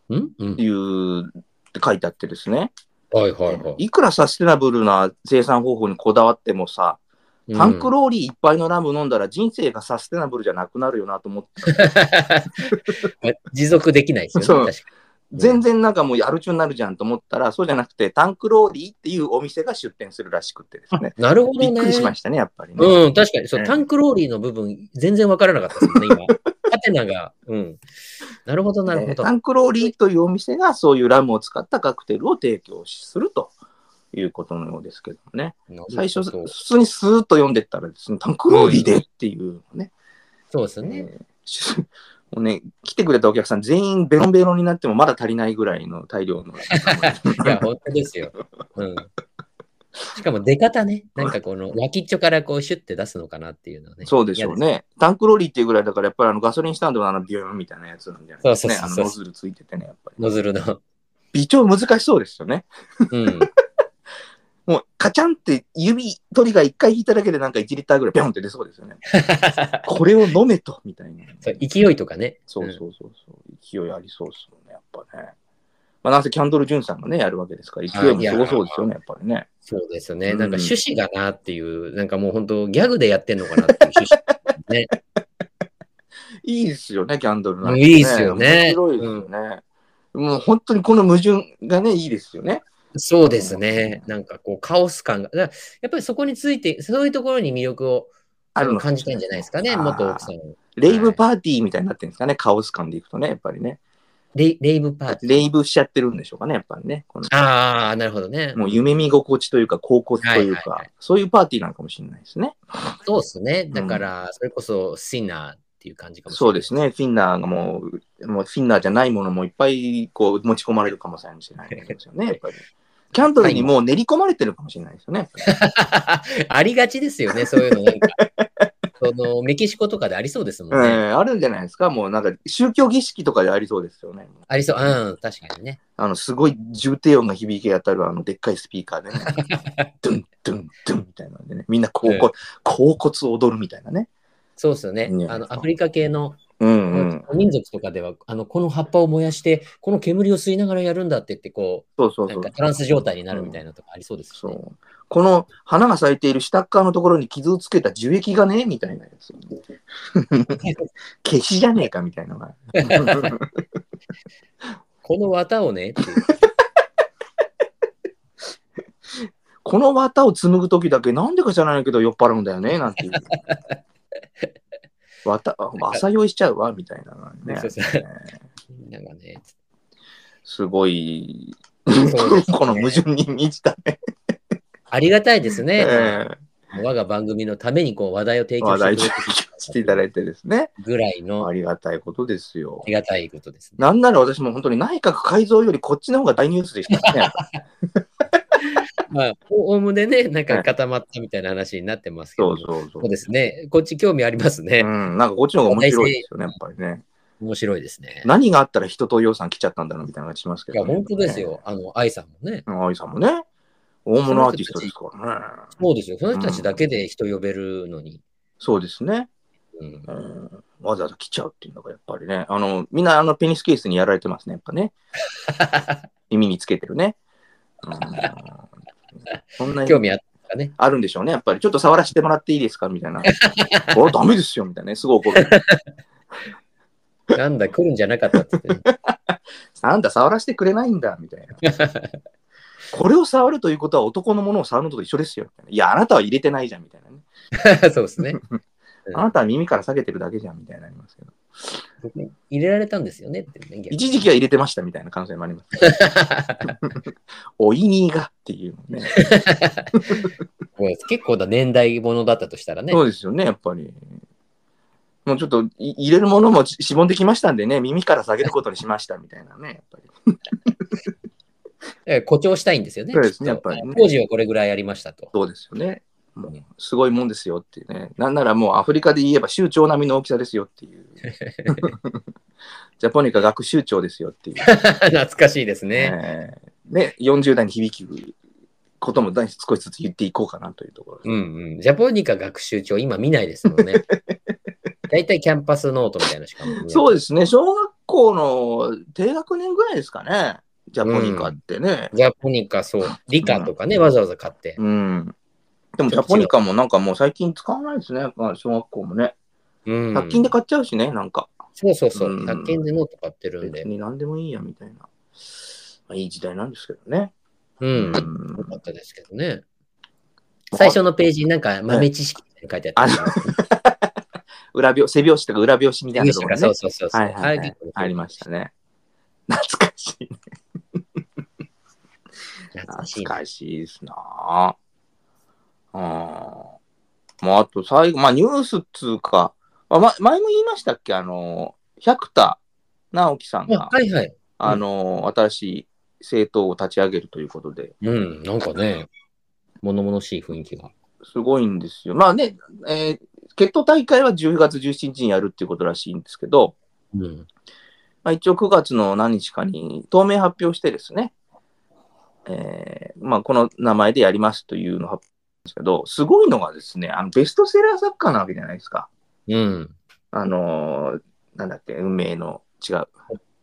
[SPEAKER 2] うんうん
[SPEAKER 1] ていう、って書いてあってですね、
[SPEAKER 2] はいはいはい
[SPEAKER 1] くらサステナブルな生産方法にこだわってもさ、
[SPEAKER 2] い。
[SPEAKER 1] タンク
[SPEAKER 2] ロ
[SPEAKER 1] ローリーいっぱいのラム飲んだら人生がサステナブルじゃなくなるよなと思って、
[SPEAKER 2] 持続できないです
[SPEAKER 1] そ
[SPEAKER 2] よ
[SPEAKER 1] う
[SPEAKER 2] ね。確かうん
[SPEAKER 1] 全然なんかもうやる気になるじゃんと思ったら、そうじゃなくて、タンクローリーっていうお店が出店するらしくってですね。
[SPEAKER 2] になるほど
[SPEAKER 1] び
[SPEAKER 2] ね。
[SPEAKER 1] っくりしましたね、やっぱりね。
[SPEAKER 2] うん、確かに、そう、
[SPEAKER 1] ね
[SPEAKER 2] タンクローリーの部分、全然わからなかったですもんね、今。 ハテナが。うん。なるほど、なるほ
[SPEAKER 1] ね
[SPEAKER 2] ど。
[SPEAKER 1] タンクローリーというお店がそういうラムを使ったカクテルを提供するということのようですけどもね。最初、
[SPEAKER 2] そう
[SPEAKER 1] 普通にスーッと読んでったらですね、タンクローリーでっていうのね。
[SPEAKER 2] そうですね。
[SPEAKER 1] えー もうね、来てくれたお客さん全員ベロンベロンになってもまだ足りないぐらいの大量の。
[SPEAKER 2] いや、本当ですよ。うん。しかも出方ね、なんかこの脇っちょからこうシュッて出すのかなっていうのはね。
[SPEAKER 1] そうでしょうね。タンクローリーっていうぐらいだから、やっぱりあのガソリンスタンドのあのビューンみたいなやつなんじゃないですかね。
[SPEAKER 2] そう
[SPEAKER 1] あ
[SPEAKER 2] そう
[SPEAKER 1] の
[SPEAKER 2] そ
[SPEAKER 1] ノ
[SPEAKER 2] うそう
[SPEAKER 1] ズルついててね、やっぱり。
[SPEAKER 2] ノズルの。
[SPEAKER 1] 微調難しそうですよね。
[SPEAKER 2] うん。
[SPEAKER 1] もうカチャンって指取りが一回引いただけでなんか1リッターぐらいビョンって出そうですよね。これを飲めと、みたいな。
[SPEAKER 2] そう勢いとかね。
[SPEAKER 1] そう
[SPEAKER 2] うん
[SPEAKER 1] そうそうそう。勢いありそうですもんね、やっぱね。まあ、なんせキャンドル・ジュンさんがね、やるわけですから、勢いもすごそうですよね、やっぱりね。
[SPEAKER 2] そうですよ
[SPEAKER 1] う
[SPEAKER 2] ね。
[SPEAKER 1] ん
[SPEAKER 2] なんか趣旨がなっていう、なんかもう本当ギャグでやってんのかなっていう趣旨。
[SPEAKER 1] いいですよね、キャンドル
[SPEAKER 2] うんいいですよね
[SPEAKER 1] 面白いですよね。もう本当にこの矛盾がね、いいですよね。
[SPEAKER 2] そうですね。なんかこうカオス感が。だからやっぱりそこについて、そういうところに魅力を
[SPEAKER 1] あるのか
[SPEAKER 2] 感じたんじゃないですかね、
[SPEAKER 1] あー
[SPEAKER 2] 元奥さんは。
[SPEAKER 1] レイブパーティーみたいになってるんですかね、カオス感でいくとね、やっぱりね。
[SPEAKER 2] レイレイブパーティー。
[SPEAKER 1] レイブしちゃってるんでしょうかね、やっぱりね。この
[SPEAKER 2] ああ、なるほどね。
[SPEAKER 1] もう夢見心地というか、高骨という
[SPEAKER 2] はいはいは
[SPEAKER 1] か、そういうパーティーなのかもしれないですね。
[SPEAKER 2] そうですね。だから、それこそシナーっていう感じかもしれ
[SPEAKER 1] そ
[SPEAKER 2] な
[SPEAKER 1] う
[SPEAKER 2] い。
[SPEAKER 1] ですね、フィンナーがもう、もうフィンナーじゃないものもいっぱいこう持ち込まれるかもしれないですよね、やっぱり。キャンドルにもう練り込まれてるかもしれないですよね。やっぱり
[SPEAKER 2] ありがちですよね、そういうのなんか。 そのメキシコとかでありそうですもんね。
[SPEAKER 1] ええあるんじゃないですか。もうなんか宗教儀式とかでありそうですよね。
[SPEAKER 2] ありそう、うん、確かにね。
[SPEAKER 1] あのすごい重低音が響き当たるあのでっかいスピーカーで ね、ドゥンドゥンドゥンみたいなんでね、みんなこうこう甲骨を踊るみたいなね。
[SPEAKER 2] そうですよね
[SPEAKER 1] うん。
[SPEAKER 2] あのアフリカ系の、
[SPEAKER 1] うんうん。
[SPEAKER 2] 民族とかではあの、この葉っぱを燃やして、この煙を吸いながらやるんだって言って、こ
[SPEAKER 1] そうそう
[SPEAKER 2] う、な
[SPEAKER 1] そ
[SPEAKER 2] ん
[SPEAKER 1] う
[SPEAKER 2] か。トランス状態になるみたいなとかありそうです
[SPEAKER 1] そ
[SPEAKER 2] よね。
[SPEAKER 1] う。この花が咲いている下っ側のところに傷をつけた樹液がね、みたいなやつ。 消しじゃねえかみたいなのが。
[SPEAKER 2] この綿をね、っていう
[SPEAKER 1] この綿を紡ぐときだけ、なんでか知らないけど酔っ払うんだよね、なん ていう。綿、あ朝酔いしちゃうわ、みたいなのがね
[SPEAKER 2] そうそうなんかね、
[SPEAKER 1] すごい、
[SPEAKER 2] そうですね
[SPEAKER 1] この矛盾に満ちたね。
[SPEAKER 2] ありがたいですね。
[SPEAKER 1] ええ
[SPEAKER 2] 我が番組のためにこう話題を提供
[SPEAKER 1] 話題
[SPEAKER 2] し
[SPEAKER 1] 提
[SPEAKER 2] てくれ
[SPEAKER 1] 供していただいてですね。
[SPEAKER 2] るぐらいの
[SPEAKER 1] あ
[SPEAKER 2] あ
[SPEAKER 1] りがたいことですよ。
[SPEAKER 2] りがたいことですね。
[SPEAKER 1] なんなら私も本当に内閣改造よりこっちの方が大ニュースでした ね。
[SPEAKER 2] まあ、おおむねね、なん
[SPEAKER 1] は
[SPEAKER 2] か
[SPEAKER 1] い
[SPEAKER 2] 固まったみたいな話になってますけど
[SPEAKER 1] そ
[SPEAKER 2] も、
[SPEAKER 1] うそうそう
[SPEAKER 2] そう。ですね。こっち興味ありますね
[SPEAKER 1] う。ん、なんかこっちの方が面白いですよね、やっぱりね。
[SPEAKER 2] 面白いですね。
[SPEAKER 1] 何があったら人と洋さん来ちゃったんだろうみたいな感じしますけ
[SPEAKER 2] い
[SPEAKER 1] ど、
[SPEAKER 2] や、
[SPEAKER 1] ね。
[SPEAKER 2] 本当ですよ。あの、愛さんもね。
[SPEAKER 1] うん。愛さんもね、大物アーティストですからね。
[SPEAKER 2] そうですよ。その人たちだけで人呼べるのに。
[SPEAKER 1] そうですね、
[SPEAKER 2] うん
[SPEAKER 1] う、ん。わざわざ来ちゃうっていうのがやっぱりね、あの、みんなあのペニスケースにやられてますね、やっぱ ね。耳につけてるね。 うん、そんなに
[SPEAKER 2] 興味あったかね。
[SPEAKER 1] あるんでしょうね、やっぱり。ちょっと触らせてもらっていいですかみたい な。これダメですよ、みたいなね。すごい怒る。
[SPEAKER 2] なんだ、来るんじゃなかった って言ってね
[SPEAKER 1] なんだ、触らせてくれないんだ、みたいな。 これを触るということは男のものを触るのと一緒ですよ。みたいないや、あなたは入れてないじゃん、みたいなね。
[SPEAKER 2] そうですね。うん
[SPEAKER 1] あなたは耳から下げてるだけじゃん、みたいになりますけど。
[SPEAKER 2] 入れられたんですよねってね。逆に
[SPEAKER 1] 一時期は入れてました、みたいな感性もあり ます。おいにがっていうのね。
[SPEAKER 2] これ結構な年代ものだったとしたら ね。
[SPEAKER 1] そうですよね、やっぱり。もうちょっとい入れるものもししぼんできましたんでね、耳から下げることにしましたみたいなね、やっぱり。
[SPEAKER 2] え誇張したいんですよね。
[SPEAKER 1] そうですね
[SPEAKER 2] き
[SPEAKER 1] やっぱりね
[SPEAKER 2] 当時はこれぐらいありましたと。
[SPEAKER 1] そうですよね。もうすごいもんですよっていうね。なんならもうアフリカで言えば州長並みの大きさですよって いう。ジャポニカ学州長ですよっていう。
[SPEAKER 2] 懐かしいですね。
[SPEAKER 1] えーね、40代に響くことも少しずつ言っていこうかなというところで
[SPEAKER 2] うんうん。ジャポニカ学習帳、今見ないですも んね。大体キャンパスノートみたいなのしかも。
[SPEAKER 1] そう
[SPEAKER 2] です。
[SPEAKER 1] ですね、小学校の低学年ぐらいですかね、ジャポニカってね。
[SPEAKER 2] ジャポニカ、そう。理科とかね、わざわざ買って。
[SPEAKER 1] うん。でもジャポニカもなんかもう最近使わないですね、まあ小学校もね。
[SPEAKER 2] うん。
[SPEAKER 1] 100均で買っちゃうしね、なんか。
[SPEAKER 2] そうそうそう
[SPEAKER 1] ん
[SPEAKER 2] う。100均でノート買ってるん
[SPEAKER 1] 別
[SPEAKER 2] で。
[SPEAKER 1] に何でもいいやみたいな。まあ、いい時代なんですけどね。
[SPEAKER 2] うん。よ
[SPEAKER 1] うん
[SPEAKER 2] かったですけどね。最初のページになんか豆知識みたいなの書いてあった。
[SPEAKER 1] 裏表、背表紙とか裏表紙みたいなところ
[SPEAKER 2] そ
[SPEAKER 1] ね
[SPEAKER 2] う。そうそうそう。
[SPEAKER 1] はいはい、はい
[SPEAKER 2] あれ結構面白い
[SPEAKER 1] ありましたね。懐かしい。
[SPEAKER 2] 懐かしい
[SPEAKER 1] 懐
[SPEAKER 2] な。
[SPEAKER 1] かしいですなぁ。うん。まあ、あと最後、まあニュースっつうか、まあ、ま前も言いましたっけ、あの、百田直樹さんが
[SPEAKER 2] あ、はいはい。
[SPEAKER 1] あの、新しい政党を立ち上げるということで、
[SPEAKER 2] うん、なんかね、 物々しい雰囲気が。
[SPEAKER 1] すごいんですよ。まあね、えー決闘大会は10月17日にやるっていうことらしいんですけど、
[SPEAKER 2] うん。
[SPEAKER 1] まあ、一応9月の何日かに当面発表してですね、えーまあ、この名前でやりますというのを発表したんですけど、すごいのがですね、あのベストセラー作家なわけじゃないですか。
[SPEAKER 2] うん。
[SPEAKER 1] あのーなんだっけ、運命の違う、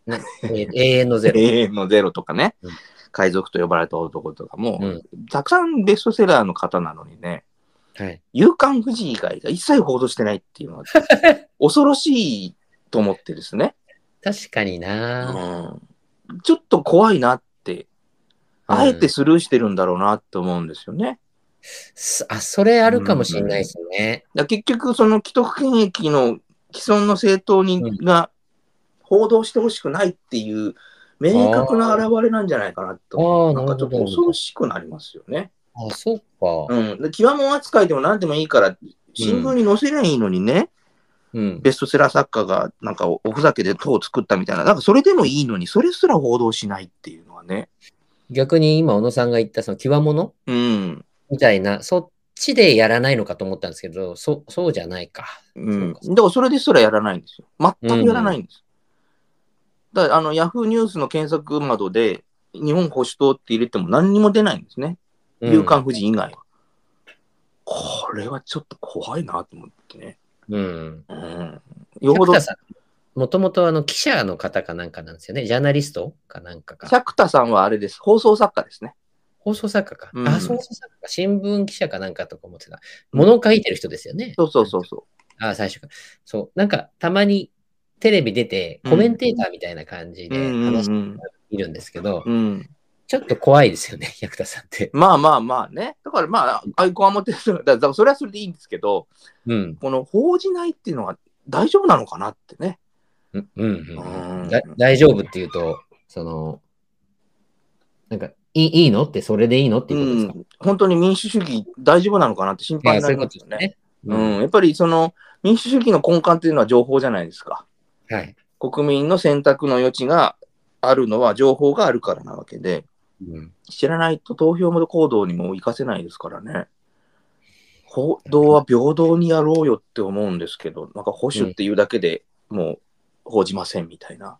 [SPEAKER 2] えー永遠のゼロ。
[SPEAKER 1] 永遠のゼロとかね、
[SPEAKER 2] うん
[SPEAKER 1] 海賊と呼ばれた男とかも、
[SPEAKER 2] うん。
[SPEAKER 1] たくさんベストセラーの方なのにね、
[SPEAKER 2] はい。
[SPEAKER 1] 勇敢富士以外が一切報道してないっていう のは、恐ろしいと思ってですね、
[SPEAKER 2] 確かにな
[SPEAKER 1] うん、ちょっと怖いなってあえてスルーしてるんだろうなって思うんですよね。
[SPEAKER 2] すあ、それあるかもしれないですね。
[SPEAKER 1] だから結局、その既得権益の既存の政党に、
[SPEAKER 2] うん
[SPEAKER 1] が報道してほしくないっていう明確な表れなんじゃないかな
[SPEAKER 2] あ
[SPEAKER 1] と。
[SPEAKER 2] ー
[SPEAKER 1] なんかちょっ
[SPEAKER 2] なるほ
[SPEAKER 1] と
[SPEAKER 2] ど
[SPEAKER 1] 恐ろしくなりますよね。
[SPEAKER 2] あ、そっか。
[SPEAKER 1] うん。で極もん扱いでも何でもいいから、新聞に載せりゃいいのにね、
[SPEAKER 2] うん。
[SPEAKER 1] ベストセラー作家がなんかおおふざけで党を作ったみたいな、なんかそれでもいいのに、それすら報道しないっていうのはね。
[SPEAKER 2] 逆に今、小野さんが言った、その、極物
[SPEAKER 1] うん。
[SPEAKER 2] みたいな、そっちでやらないのかと思ったんですけど、そ、そうじゃないか。
[SPEAKER 1] うん、だ
[SPEAKER 2] そうか
[SPEAKER 1] からそれですらやらないんですよ。全くやらないんです。だからあの、ヤフーニュースの検索窓で、日本保守党って入れても何にも出ないんですね。
[SPEAKER 2] うん
[SPEAKER 1] 夕刊。婦人以外は。これはちょっと怖いなと思ってね。
[SPEAKER 2] うん。
[SPEAKER 1] うん。よほ
[SPEAKER 2] 百
[SPEAKER 1] ど
[SPEAKER 2] 田、さん、もともとあの、記者の方かなんかなんですよね。ジャーナリストかなんかか。
[SPEAKER 1] 百田さんはあれです。放送作家ですね。
[SPEAKER 2] 放送作家か。
[SPEAKER 1] うん
[SPEAKER 2] あ、放送作家か。新聞記者かなんかとか思ってた。物を書いてる人ですよね。
[SPEAKER 1] そうそうそうそ
[SPEAKER 2] あ、最初から。そう。なんか、たまにテレビ出て、
[SPEAKER 1] うん
[SPEAKER 2] コメンテーターみたいな感じ
[SPEAKER 1] う。う
[SPEAKER 2] で
[SPEAKER 1] んうん
[SPEAKER 2] 話
[SPEAKER 1] う
[SPEAKER 2] して
[SPEAKER 1] ん。
[SPEAKER 2] いるんですけど、
[SPEAKER 1] うん、
[SPEAKER 2] ちょっと怖いですよね、 百田さんって。
[SPEAKER 1] まあまあまあね。だからまあ、アイコンは持ってる。だからそれはそれでいいんですけど、
[SPEAKER 2] うん。
[SPEAKER 1] この報じないっていうのは大丈夫なのかなってね。
[SPEAKER 2] うん。うん。
[SPEAKER 1] うん
[SPEAKER 2] だ大丈夫っていうと、その、なんか、いいいのって、それでいいのっていうことですか。
[SPEAKER 1] うん本当に民主主義大丈夫なのかなって心
[SPEAKER 2] い
[SPEAKER 1] 配
[SPEAKER 2] や
[SPEAKER 1] にな
[SPEAKER 2] そうい
[SPEAKER 1] り
[SPEAKER 2] うこ
[SPEAKER 1] ます
[SPEAKER 2] と
[SPEAKER 1] よ
[SPEAKER 2] です
[SPEAKER 1] ね。う
[SPEAKER 2] ね。うん
[SPEAKER 1] ん、やっぱりその民主主義の根幹っていうのは情報じゃないですか。
[SPEAKER 2] はい。
[SPEAKER 1] 国民の選択の余地があるのは情報があるからなわけで、
[SPEAKER 2] うん
[SPEAKER 1] 知らないと投票も行動にも活かせないですからね。報道は平等にやろうよって思うんですけど、なんか保守っていうだけでもう報じませんみたいな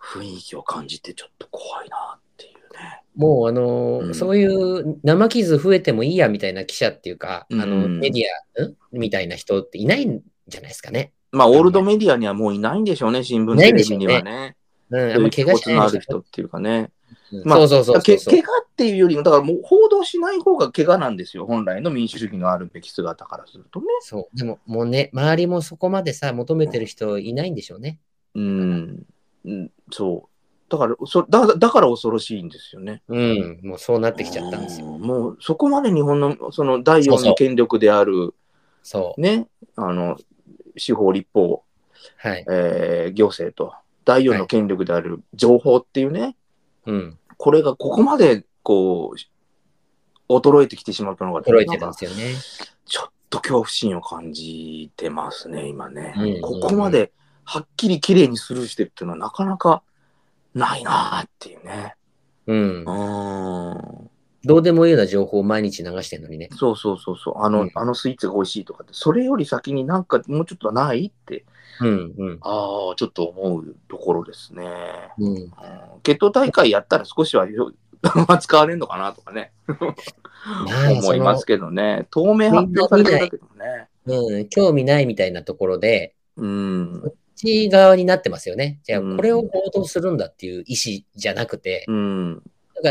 [SPEAKER 1] 雰囲気を感じてちょっと怖いなっていうね。
[SPEAKER 2] もう、あのー
[SPEAKER 1] うん
[SPEAKER 2] そういう生傷増えてもいいやみたいな記者っていうか、あ
[SPEAKER 1] う
[SPEAKER 2] の
[SPEAKER 1] ん
[SPEAKER 2] メディアんみたいな人っていないんじゃないですかね。
[SPEAKER 1] まあ、オールドメディアにはもういないんでしょうね、新聞
[SPEAKER 2] ない
[SPEAKER 1] テ
[SPEAKER 2] ん
[SPEAKER 1] レ
[SPEAKER 2] でしょ
[SPEAKER 1] ビに
[SPEAKER 2] うね
[SPEAKER 1] はね。
[SPEAKER 2] うん、あんま怪我し
[SPEAKER 1] の
[SPEAKER 2] な
[SPEAKER 1] あ
[SPEAKER 2] い
[SPEAKER 1] る
[SPEAKER 2] でしょ
[SPEAKER 1] 人っていうかね。
[SPEAKER 2] うん
[SPEAKER 1] まあ
[SPEAKER 2] そうそうそうそうそう
[SPEAKER 1] け怪我っていうよりも、だからもう報道しない方が怪我なんですよ、本来の民主主義のあるべき姿からするとね。
[SPEAKER 2] そう。でも、もうね、周りもそこまでさ、求めてる人いないんでしょうね。
[SPEAKER 1] うん、うん、そう。だからそだ、だから恐ろしいんですよね。
[SPEAKER 2] うん、もうそうなってきちゃったんですよ。
[SPEAKER 1] うもうそこまで日本のその第
[SPEAKER 2] そ
[SPEAKER 1] 四
[SPEAKER 2] うそ
[SPEAKER 1] の
[SPEAKER 2] う
[SPEAKER 1] 権力である、
[SPEAKER 2] そう。
[SPEAKER 1] ね、あの、司法立法、
[SPEAKER 2] はい。
[SPEAKER 1] えー行政と、第四の権力である情報っていうね、
[SPEAKER 2] うん。
[SPEAKER 1] これがここまで、こう、衰えてきてしまったのが、
[SPEAKER 2] 衰えてるん
[SPEAKER 1] なん
[SPEAKER 2] で
[SPEAKER 1] か
[SPEAKER 2] すよね。
[SPEAKER 1] ちょっと恐怖心を感じてますね、今ね。
[SPEAKER 2] うん
[SPEAKER 1] ここまではっきり綺麗にスルーしてるっていうのはなかなかないなーっていうね。
[SPEAKER 2] う
[SPEAKER 1] う。
[SPEAKER 2] ん
[SPEAKER 1] ーん。
[SPEAKER 2] どうでもいいような情報を毎日流してるのにね。
[SPEAKER 1] そうそうそうそう。あの、
[SPEAKER 2] うん
[SPEAKER 1] あのスイーツが美味しいとかって、それより先になんかもうちょっとないって、
[SPEAKER 2] うん、うん。
[SPEAKER 1] ああ、ちょっと思うところですね。
[SPEAKER 2] うん、
[SPEAKER 1] うん決闘大会やったら少しはよ扱われるのかなとかね、
[SPEAKER 2] まあ、
[SPEAKER 1] 思
[SPEAKER 2] そ
[SPEAKER 1] いま
[SPEAKER 2] の
[SPEAKER 1] す、けどね。透明発表されてるだけでもね。
[SPEAKER 2] うん、興味ないみたいなところで、
[SPEAKER 1] うん。
[SPEAKER 2] こっち側になってますよね。じゃあ、
[SPEAKER 1] うん
[SPEAKER 2] これを報道するんだっていう意思じゃなくて
[SPEAKER 1] う、ん。
[SPEAKER 2] なん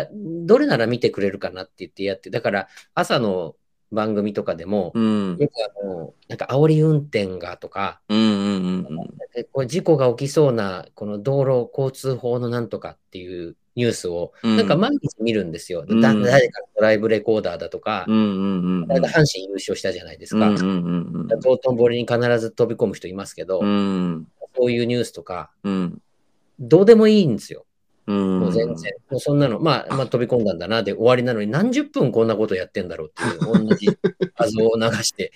[SPEAKER 2] か、どれなら見てくれるかなって言ってやって、だから、朝の番組とかでも、
[SPEAKER 1] うん。
[SPEAKER 2] よくあの、なんか、煽り運転がとか、
[SPEAKER 1] うんうんうんうん。
[SPEAKER 2] えこう事故が起きそうな、この道路交通法のなんとかっていうニュースを、
[SPEAKER 1] うん
[SPEAKER 2] なんか毎日見るんですよ。
[SPEAKER 1] うん
[SPEAKER 2] だ誰かのドライブレコーダーだとか
[SPEAKER 1] う、んうんうんうん。
[SPEAKER 2] なんか阪神優勝したじゃないですか。
[SPEAKER 1] うんうんうん
[SPEAKER 2] 道頓堀に必ず飛び込む人いますけど、
[SPEAKER 1] うん。
[SPEAKER 2] そういうニュースとか、
[SPEAKER 1] うん。
[SPEAKER 2] どうでもいいんですよ。
[SPEAKER 1] うん。
[SPEAKER 2] もう全然。もうそんなの、まあ、まあ、飛び込んだんだなで終わりなのに、何十分こんなことやってんだろうっていう、同じ画像を流して、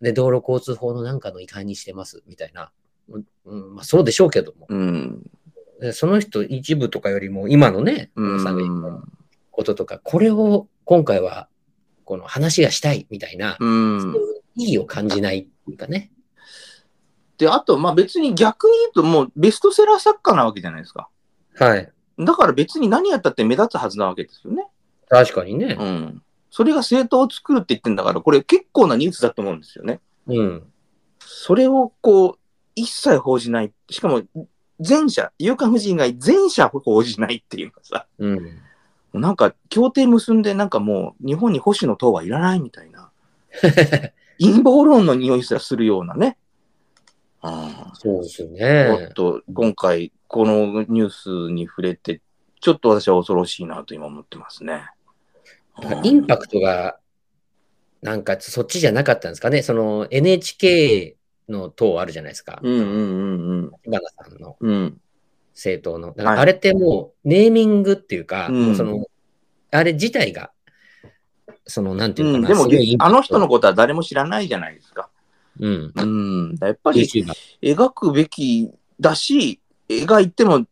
[SPEAKER 2] で、道路交通法のなんかの違反にしてます、みたいな。うんうんまあ、そうでしょうけども。
[SPEAKER 1] うん。
[SPEAKER 2] でその人一部とかよりも、今のね、この寒い
[SPEAKER 1] うん
[SPEAKER 2] こととか、これを今回は、この話がしたいみたいな、
[SPEAKER 1] うん。
[SPEAKER 2] 意義を感じないっていうかね。
[SPEAKER 1] で、あと、まあ別に逆に言うと、もうベストセラー作家なわけじゃないですか。
[SPEAKER 2] はい。
[SPEAKER 1] だから別に何やったって目立つはずなわけですよね。
[SPEAKER 2] 確かにね
[SPEAKER 1] う。ん。それが政党を作るって言ってんだから、これ結構なニュースだと思うんですよね。
[SPEAKER 2] うん。
[SPEAKER 1] それをこう、一切報じない。しかも、前者、有刊夫人以外全社報じないっていうかさ、
[SPEAKER 2] うん。
[SPEAKER 1] なんか協定結んで、なんかもう日本に保守の党はいらないみたいな、陰謀論の匂いすらするようなね。あ
[SPEAKER 2] そうですよ
[SPEAKER 1] あ、
[SPEAKER 2] ね。
[SPEAKER 1] もっと今回、このニュースに触れて、ちょっと私は恐ろしいなと今思ってますね。
[SPEAKER 2] だからインパクトが、なんかそっちじゃなかったんですかね。その NHK の党あるじゃないですか。
[SPEAKER 1] うんうんうん
[SPEAKER 2] バナさんの
[SPEAKER 1] うん。うん。
[SPEAKER 2] 政党の。だか
[SPEAKER 1] はい
[SPEAKER 2] らあれってもうネーミングっていうか、
[SPEAKER 1] うん
[SPEAKER 2] その、あれ自体が、その、なんていう
[SPEAKER 1] う
[SPEAKER 2] の
[SPEAKER 1] ん、
[SPEAKER 2] か
[SPEAKER 1] で
[SPEAKER 2] な。
[SPEAKER 1] も
[SPEAKER 2] すごいイ、ンパ
[SPEAKER 1] あ
[SPEAKER 2] クト
[SPEAKER 1] の人のことは誰も知らないじゃないですか。
[SPEAKER 2] うん。
[SPEAKER 1] うん。やっぱり、
[SPEAKER 2] YouTuber
[SPEAKER 1] 描くべきだし、描いてもん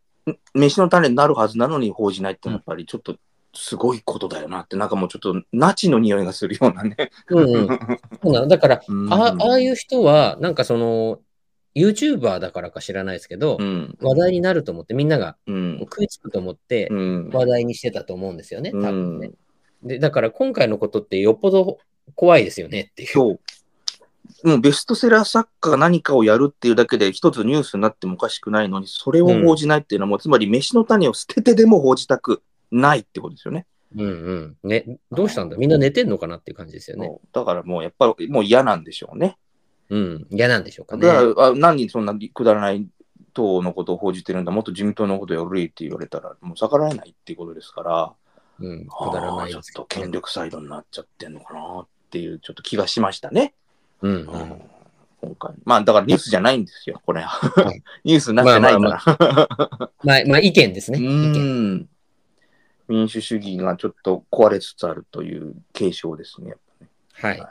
[SPEAKER 1] 飯の種になるはずなのに報じないってのはやっぱりちょっとすごいことだよなって、なんかもうちょっとナチの匂いがするようなね。
[SPEAKER 2] うんうん。そうなの。だから、
[SPEAKER 1] うん
[SPEAKER 2] あああいう人は、なんかその、YouTuber だからか知らないですけど、
[SPEAKER 1] うん。
[SPEAKER 2] 話題になると思って、みんなが
[SPEAKER 1] う。
[SPEAKER 2] こうん食いつくと思って、
[SPEAKER 1] うん。
[SPEAKER 2] 話題にしてたと思うんですよね、多
[SPEAKER 1] う
[SPEAKER 2] 分ね
[SPEAKER 1] ん。
[SPEAKER 2] で、だから今回のことってよっぽど怖いですよねっていう。
[SPEAKER 1] そう。もうベストセラー作家が何かをやるっていうだけで一つニュースになってもおかしくないのに、それを報じないっていうのはもう、つまり飯の種を捨ててでも報じたくないってことですよね。
[SPEAKER 2] うんうん。ね、どうしたんだみんな寝てんのかなっていう感じですよね。
[SPEAKER 1] そうだからもうやっぱりもう嫌なんでしょうね。
[SPEAKER 2] うん。嫌なんでしょうかね。
[SPEAKER 1] だから、あ何にそんなくだらない党のことを報じてるんだ、もっと自民党のことやるいって言われたら、もう逆らえないっていうことですから、
[SPEAKER 2] うん。くだらない
[SPEAKER 1] あー
[SPEAKER 2] で
[SPEAKER 1] ち
[SPEAKER 2] す
[SPEAKER 1] ょ
[SPEAKER 2] け
[SPEAKER 1] っと
[SPEAKER 2] ど
[SPEAKER 1] 権力サイドになっちゃってんのかなっていう、ちょっと気がしましたね。
[SPEAKER 2] うんう
[SPEAKER 1] うん
[SPEAKER 2] ん。
[SPEAKER 1] 今回。まあ、だからニュースじゃないんですよ、これ。
[SPEAKER 2] い
[SPEAKER 1] ニュースになってないから。
[SPEAKER 2] まあ、まあ、意見ですね。
[SPEAKER 1] う
[SPEAKER 2] 意見。
[SPEAKER 1] ん。民主主義がちょっと壊れつつあるという警鐘ですね。
[SPEAKER 2] はい
[SPEAKER 1] はい。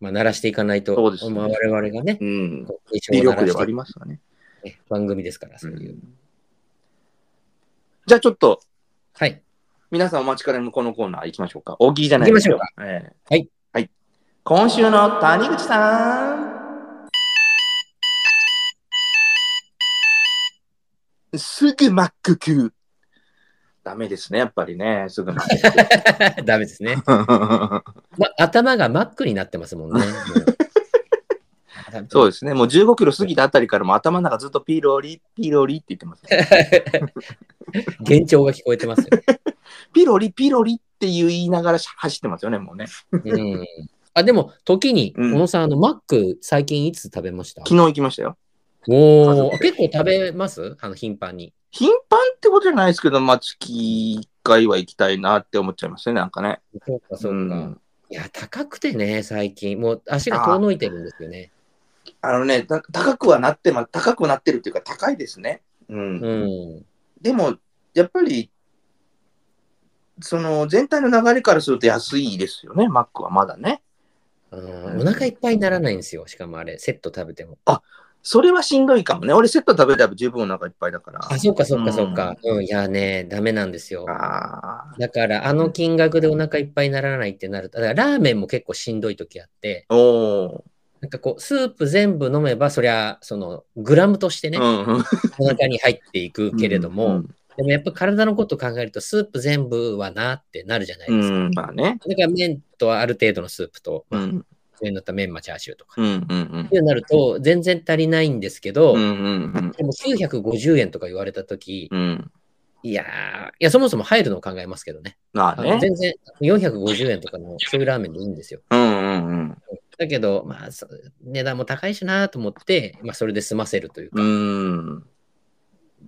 [SPEAKER 2] まあ、鳴らしていかないと、
[SPEAKER 1] そうですね
[SPEAKER 2] まあ、我々がね、
[SPEAKER 1] うん。
[SPEAKER 2] こう
[SPEAKER 1] 威
[SPEAKER 2] 警鐘を
[SPEAKER 1] 力
[SPEAKER 2] 鳴
[SPEAKER 1] では
[SPEAKER 2] らして
[SPEAKER 1] あ
[SPEAKER 2] い
[SPEAKER 1] り
[SPEAKER 2] く
[SPEAKER 1] ますわね。
[SPEAKER 2] ね番組ですから、そういう。
[SPEAKER 1] うんじゃあちょっと
[SPEAKER 2] はい。
[SPEAKER 1] 皆さんお待ちかねのこのコーナー行きましょうか。大喜利じゃないです
[SPEAKER 2] 行き
[SPEAKER 1] ましょうええ
[SPEAKER 2] はい。
[SPEAKER 1] はい。今週の谷口さん。すぐマック食う。ダメですね、やっぱりね。すぐマック食う。
[SPEAKER 2] ダメですね。 まあ、頭がマックになってますもんね。もう
[SPEAKER 1] そうですね。もう15キロ過ぎたあたりからも頭の中ずっとピロリ、ピロリって言ってます、ね。
[SPEAKER 2] 幻聴が聞こえてますよ。
[SPEAKER 1] ピロリ、ピロリっていう言いながら走ってますよね、もうね。
[SPEAKER 2] うん、あでも、時に、
[SPEAKER 1] うん
[SPEAKER 2] 小野さん、あのマック、最近いつ食べました
[SPEAKER 1] 昨日行きましたよ。
[SPEAKER 2] おー結構食べますあの頻繁に。
[SPEAKER 1] 頻繁ってことじゃないですけど、まあ、月1回は行きたいなって思っちゃいますね、なんかね。
[SPEAKER 2] そうか、そうか。
[SPEAKER 1] ん
[SPEAKER 2] いや、高くてね、最近。もう足が遠のいてるんですよね。
[SPEAKER 1] あのね、た高くはなってま、高くなってるっていうか、高いですね。うん。
[SPEAKER 2] うん。
[SPEAKER 1] でも、やっぱり、その全体の流れからすると安いですよね、マックはまだね。
[SPEAKER 2] あーお腹いっぱいにならないんですよ。しかもあれ、セット食べても。
[SPEAKER 1] それはしんどいかもね。俺、セット食べれば十分お腹いっぱいだから。
[SPEAKER 2] あ、そうか、そうか、そうか。うん、いやね、ダメなんですよ。
[SPEAKER 1] ああ。
[SPEAKER 2] だから、あの金額でお腹いっぱいにならないってなると、だからラーメンも結構しんどい時あって、
[SPEAKER 1] おお。
[SPEAKER 2] なんかこう、スープ全部飲めば、そりゃ、その、グラムとしてね、
[SPEAKER 1] うん
[SPEAKER 2] お腹に入っていくけれども、
[SPEAKER 1] うん
[SPEAKER 2] でもやっぱ体のことを考えると、スープ全部はなってなるじゃないですか。
[SPEAKER 1] うん、まあね。
[SPEAKER 2] だから麺とはある程度のスープと、
[SPEAKER 1] う
[SPEAKER 2] まあ、
[SPEAKER 1] ん、
[SPEAKER 2] 上に乗ったメンマチャーシューとか。
[SPEAKER 1] うん、うん
[SPEAKER 2] ってなると、全然足りないんですけど、
[SPEAKER 1] うん、うん、うん、
[SPEAKER 2] でも950円とか言われたとき、
[SPEAKER 1] うん。
[SPEAKER 2] いやー、いや、そもそも入るのを考えますけどね。
[SPEAKER 1] まあ
[SPEAKER 2] あの
[SPEAKER 1] ね。
[SPEAKER 2] 全然450円とかのそういうラーメンでいいんですよ。
[SPEAKER 1] うん、うん、うん。
[SPEAKER 2] だけど、まあ、そ値段も高いしなと思って、まあ、それで済ませるというか、
[SPEAKER 1] う
[SPEAKER 2] っ
[SPEAKER 1] ん。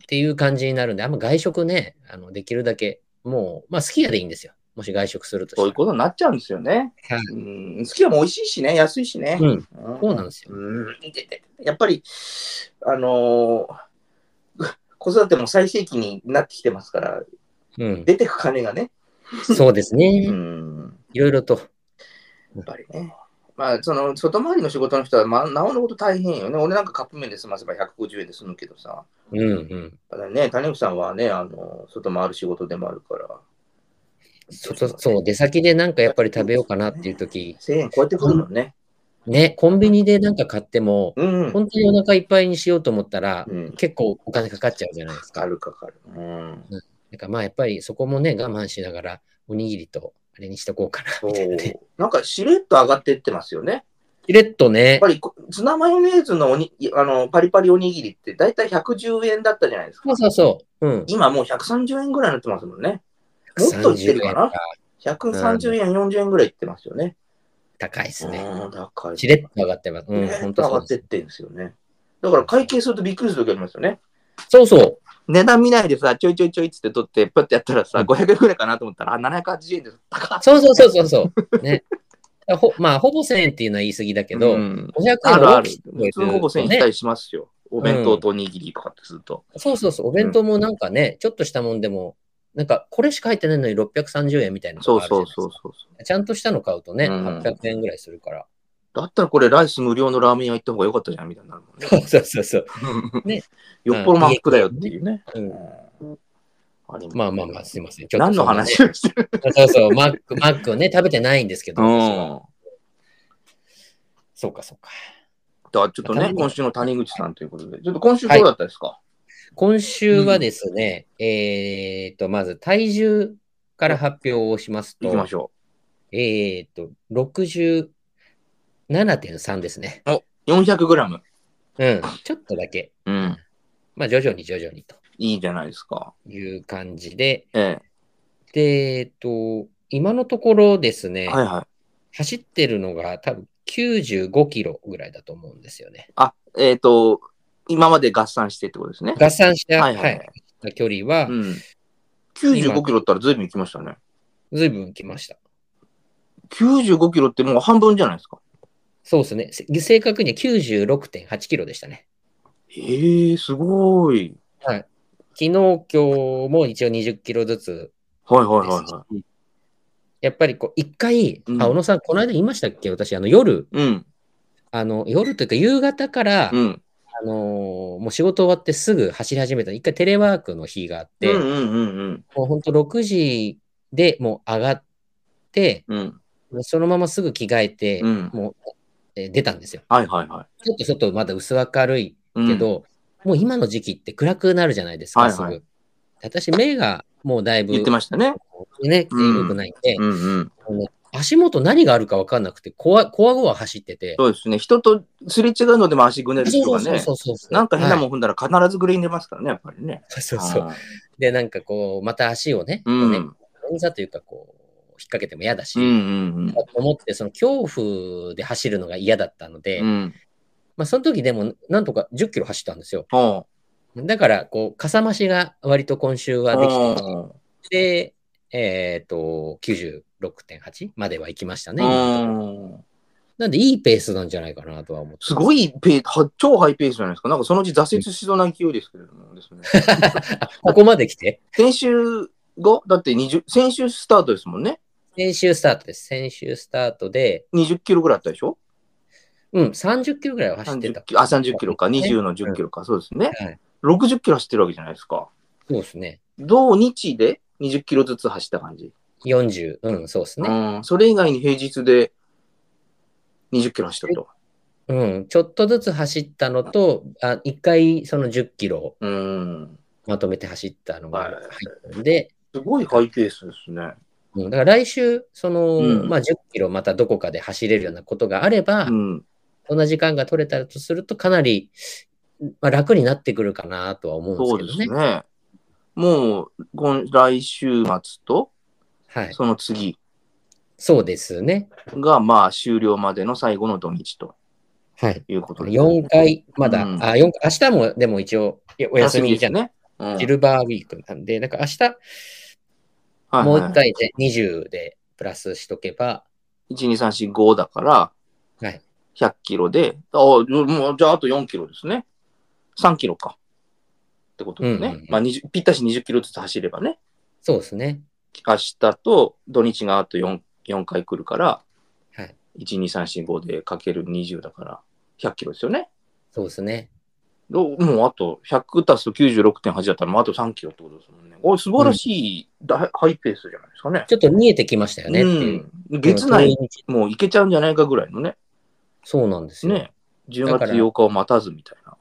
[SPEAKER 2] ていう感じになるんで、あんま外食ね、あのできるだけ、もう、まあ、好きやでいいんですよ。もし外食するとした
[SPEAKER 1] そう
[SPEAKER 2] ら
[SPEAKER 1] いうことになっちゃうんですよね。
[SPEAKER 2] はい
[SPEAKER 1] うん、好きはもう美味しいしね、安いしね。
[SPEAKER 2] うん、そうなん
[SPEAKER 1] で
[SPEAKER 2] ですよ。
[SPEAKER 1] うん、ででやっぱり、あのー 子育ても最盛期になってきてますから、
[SPEAKER 2] うん、
[SPEAKER 1] 出てく金がね。
[SPEAKER 2] そうです
[SPEAKER 1] う
[SPEAKER 2] ね。
[SPEAKER 1] ん、
[SPEAKER 2] いろいろと。
[SPEAKER 1] やっぱりね。まあ、その外回りの仕事の人は、まあ、なおのこと大変よね。俺なんかカップ麺で済ませば150円で済むけどさ。
[SPEAKER 2] うんうん。
[SPEAKER 1] ただね、谷口さんはね、あの外回る仕事でもあるから、
[SPEAKER 2] 外そう、出先でなんかやっぱり食べようかなっていう時
[SPEAKER 1] 1000円超えてくるもんね。
[SPEAKER 2] ね、コンビニでなんか買っても、
[SPEAKER 1] うん。
[SPEAKER 2] 本当にお腹いっぱいにしようと思ったら、
[SPEAKER 1] うん
[SPEAKER 2] 結構お金かかっちゃうじゃないです
[SPEAKER 1] かか
[SPEAKER 2] か。
[SPEAKER 1] るかかる。うん。
[SPEAKER 2] だからまあやっぱりそこもね、我慢しながら、おにぎりとあれにしとこうかな、
[SPEAKER 1] そ
[SPEAKER 2] みたいなね。
[SPEAKER 1] う。なんかしれっと上がってってますよね。
[SPEAKER 2] しれっと
[SPEAKER 1] やっ
[SPEAKER 2] ね
[SPEAKER 1] ぱ、りこツナマヨネーズのおにあのパリパリおにぎりって大体110円だったじゃないですか。
[SPEAKER 2] そうそうそう、うん。
[SPEAKER 1] 今もう130円ぐらいになってますもんね。もっといってるかな
[SPEAKER 2] 130円
[SPEAKER 1] 130円、40円ぐらいいってますよね。
[SPEAKER 2] 高いですね。
[SPEAKER 1] うん、だから。
[SPEAKER 2] しれっと上がってます。うん、
[SPEAKER 1] しれっ
[SPEAKER 2] 本
[SPEAKER 1] と
[SPEAKER 2] 当
[SPEAKER 1] 上が
[SPEAKER 2] そ
[SPEAKER 1] ってっ
[SPEAKER 2] う
[SPEAKER 1] てんですよね。だから会計するとびっくりする時ありますよね。
[SPEAKER 2] そうそう。
[SPEAKER 1] 値段見ないでさ、ちょいちょいちょいっつって取って、パってやったらさ、
[SPEAKER 2] うん
[SPEAKER 1] 500円ぐらいかなと思ったら、あ、780円です。高っ
[SPEAKER 2] そうそうそうそうそ う。ね。ほまあ、ほぼ1000円っていうのは言い過ぎだけど、
[SPEAKER 1] うん
[SPEAKER 2] 500円
[SPEAKER 1] あるある。
[SPEAKER 2] を大
[SPEAKER 1] 普
[SPEAKER 2] きく
[SPEAKER 1] 通ほぼ
[SPEAKER 2] 超
[SPEAKER 1] 1000
[SPEAKER 2] え
[SPEAKER 1] 円し
[SPEAKER 2] てる
[SPEAKER 1] た
[SPEAKER 2] とね
[SPEAKER 1] りしますよ。お弁当とおにぎりとかってすると。
[SPEAKER 2] そうそうそう。お弁当もなんかね、ちょっとしたもんでも、なんかこれしか入ってないのに630円みたいなの
[SPEAKER 1] そ
[SPEAKER 2] と
[SPEAKER 1] う
[SPEAKER 2] かあるじゃ
[SPEAKER 1] そ
[SPEAKER 2] な
[SPEAKER 1] う
[SPEAKER 2] いですか
[SPEAKER 1] そうそう。
[SPEAKER 2] ちゃんとしたの買うとね、
[SPEAKER 1] うん
[SPEAKER 2] 800円ぐらいするから。
[SPEAKER 1] だったらこれ、ライス無料のラーメン屋行った方が良かったじゃんみたいになるもんね。
[SPEAKER 2] そうそうそうそう。ね
[SPEAKER 1] よっぽどマックだよっていうね。
[SPEAKER 2] うん
[SPEAKER 1] うんありす
[SPEAKER 2] まあまあまあ、すいません。ちょっと
[SPEAKER 1] 何の話をしてる
[SPEAKER 2] そんなねそうそう、マック、 マックをね、食べてないんですけど、
[SPEAKER 1] うん。
[SPEAKER 2] 私は
[SPEAKER 1] だか
[SPEAKER 2] そうかそうか。
[SPEAKER 1] らちょっとね、今週の谷口さんということで、ちょっと今週どうだったですか、
[SPEAKER 2] 今週はですね、えー、と、まず体重から発表をします
[SPEAKER 1] 行きま
[SPEAKER 2] と、
[SPEAKER 1] しょ
[SPEAKER 2] えー、と、67.3ですね。
[SPEAKER 1] う。400グラム。
[SPEAKER 2] うん、ちょっとだけ。
[SPEAKER 1] うん。
[SPEAKER 2] まあ、徐々に徐々にと
[SPEAKER 1] いいじゃないですか。
[SPEAKER 2] いう感じで、
[SPEAKER 1] え
[SPEAKER 2] で、えー、と、今のところですね、
[SPEAKER 1] え。はいはい。
[SPEAKER 2] 走ってるのが多分95キロぐらいだと思うんですよね。
[SPEAKER 1] あ、えっ、と、今まで合算してってことですね。
[SPEAKER 2] 合算した、
[SPEAKER 1] は
[SPEAKER 2] はいい
[SPEAKER 1] はいはい
[SPEAKER 2] 距離は
[SPEAKER 1] う、ん。95キロったらずいぶん行きましたね。
[SPEAKER 2] ずいぶん来ました。
[SPEAKER 1] 95キロってもう半分じゃないですか。
[SPEAKER 2] そうですね。せ正確には96.8キロでしたね。
[SPEAKER 1] ええすごい。
[SPEAKER 2] 昨日、今日も一応20キロずつ
[SPEAKER 1] はいはいはいはい。
[SPEAKER 2] やっぱりこう、一回、
[SPEAKER 1] うん
[SPEAKER 2] あ、小野さん、この間言いましたっけ私、あの、夜、
[SPEAKER 1] うん。
[SPEAKER 2] あの、夜というか、夕方から、
[SPEAKER 1] うん。
[SPEAKER 2] あのーもう仕事終わってすぐ走り始めた。一回テレワークの日があって、
[SPEAKER 1] うんうんうんうん。
[SPEAKER 2] もうほんと6時でもう上がって、
[SPEAKER 1] うん。
[SPEAKER 2] そのまますぐ着替えて、
[SPEAKER 1] うん
[SPEAKER 2] もう、えー出たんですよ。
[SPEAKER 1] はいはいはい。
[SPEAKER 2] ちょっと外まだ薄明るい
[SPEAKER 1] うん
[SPEAKER 2] け、ど、もう今の時期って暗くなるじゃないですか、
[SPEAKER 1] はいはい
[SPEAKER 2] すぐ。私、目がもうだいぶ、
[SPEAKER 1] 言ってましたね。
[SPEAKER 2] ね、
[SPEAKER 1] うん
[SPEAKER 2] 良くないんで、
[SPEAKER 1] うんうん。
[SPEAKER 2] あの足元何があるか分かんなくて、こわ、こわごわ走ってて。
[SPEAKER 1] そうですね。人とすれ違うのでも足ぐねる人
[SPEAKER 2] そ
[SPEAKER 1] が
[SPEAKER 2] うそう
[SPEAKER 1] ね。
[SPEAKER 2] そうそうそう。
[SPEAKER 1] なんか変なも
[SPEAKER 2] ん。
[SPEAKER 1] ん踏んだら必ずグレーに出ますからね、やっぱりね。
[SPEAKER 2] はいそうそうそう。
[SPEAKER 1] はい
[SPEAKER 2] で、なんかこう、また足をね、
[SPEAKER 1] う
[SPEAKER 2] こうね
[SPEAKER 1] ん。
[SPEAKER 2] 捻挫というか、こう、引っ掛けても嫌だし、
[SPEAKER 1] うんうん
[SPEAKER 2] と思って、その恐怖で走るのが嫌だったので、
[SPEAKER 1] うん。うん。
[SPEAKER 2] まあ、その時でも、なんとか10キロ走ったんですよ。
[SPEAKER 1] ほ
[SPEAKER 2] だから、こう、かさ増しが割と今週
[SPEAKER 1] う
[SPEAKER 2] はできてい
[SPEAKER 1] ほ
[SPEAKER 2] て、えっ、と、96.8までは行きました
[SPEAKER 1] う
[SPEAKER 2] ね。
[SPEAKER 1] うん。
[SPEAKER 2] なんで、いいペースなんじゃないかなとは思ってます
[SPEAKER 1] ごいペーは超ハイペースじゃないですか。なんかそのうち挫折しそうな勢いですけれどもですね。
[SPEAKER 2] あここまで来て。
[SPEAKER 1] 先週後だって20、先週スタートですもんね。
[SPEAKER 2] 先週スタートです。先週スタートで、
[SPEAKER 1] 20キロぐらいあったでしょ
[SPEAKER 2] うん、30キロぐらいは走って
[SPEAKER 1] 30
[SPEAKER 2] た。
[SPEAKER 1] キロあ、30キロか。
[SPEAKER 2] ね
[SPEAKER 1] 20の10キロか。そうですね。
[SPEAKER 2] はい。
[SPEAKER 1] 60キロ走ってるわけじゃないですか。
[SPEAKER 2] そうですね。
[SPEAKER 1] 同日で20キロずつ走った感じ。
[SPEAKER 2] 40、うん、そうですね。
[SPEAKER 1] うん。それ以外に平日で20キロ走ったと。
[SPEAKER 2] うん、ちょっとずつ走ったのと、あ一回その10キロ
[SPEAKER 1] うん。
[SPEAKER 2] まとめて走ったのが
[SPEAKER 1] はい
[SPEAKER 2] 入ったんで、
[SPEAKER 1] すごいハイペースですね。
[SPEAKER 2] うん、だから来週、その、
[SPEAKER 1] うん
[SPEAKER 2] まあ、10キロまたどこかで走れるようなことがあれば、
[SPEAKER 1] うん。
[SPEAKER 2] そんな時間が取れたとすると、かなり、まあ、楽になってくるかなとは思う
[SPEAKER 1] そう
[SPEAKER 2] んで
[SPEAKER 1] ですす
[SPEAKER 2] けどね。
[SPEAKER 1] ね。もう、今来週末と、
[SPEAKER 2] はい。
[SPEAKER 1] その次。
[SPEAKER 2] そうですね。
[SPEAKER 1] が、まあ、終了までの最後の土日と
[SPEAKER 2] はい。
[SPEAKER 1] いうことです
[SPEAKER 2] 4回、まだ、
[SPEAKER 1] うん
[SPEAKER 2] あ4明日もでも一応いやお休みじゃない、
[SPEAKER 1] ね。うん
[SPEAKER 2] シルバーウィークなんで、なんか明日、
[SPEAKER 1] はい
[SPEAKER 2] もう
[SPEAKER 1] は
[SPEAKER 2] 一
[SPEAKER 1] い
[SPEAKER 2] 回で20でプラスしとけば、
[SPEAKER 1] 1、2、3、4、5だから、
[SPEAKER 2] はい
[SPEAKER 1] 100キロで、あもうじゃああと4キロですね。3キロか。ってことですね。
[SPEAKER 2] うんうんうん
[SPEAKER 1] まあ、20ぴったし20キロずつ走ればね、
[SPEAKER 2] そうですね。
[SPEAKER 1] 明日と土日があと 4, 4回来るから、
[SPEAKER 2] はい。
[SPEAKER 1] 1、2、3、4、5でかける20だから、100キロですよね。
[SPEAKER 2] そうですね。
[SPEAKER 1] どうもうあと100足すと96.8だったら、もうあと3キロってことですもんね。おい素晴らしい、だハイペースじゃないですかね。
[SPEAKER 2] ちょっと見えてきましたよねっていう。
[SPEAKER 1] うん、月内
[SPEAKER 2] この通り道
[SPEAKER 1] もう行けちゃうんじゃないかぐらいのね、
[SPEAKER 2] そうなんですよ。
[SPEAKER 1] ね10
[SPEAKER 2] だか
[SPEAKER 1] 月
[SPEAKER 2] ら
[SPEAKER 1] 8日を待たずみたいな。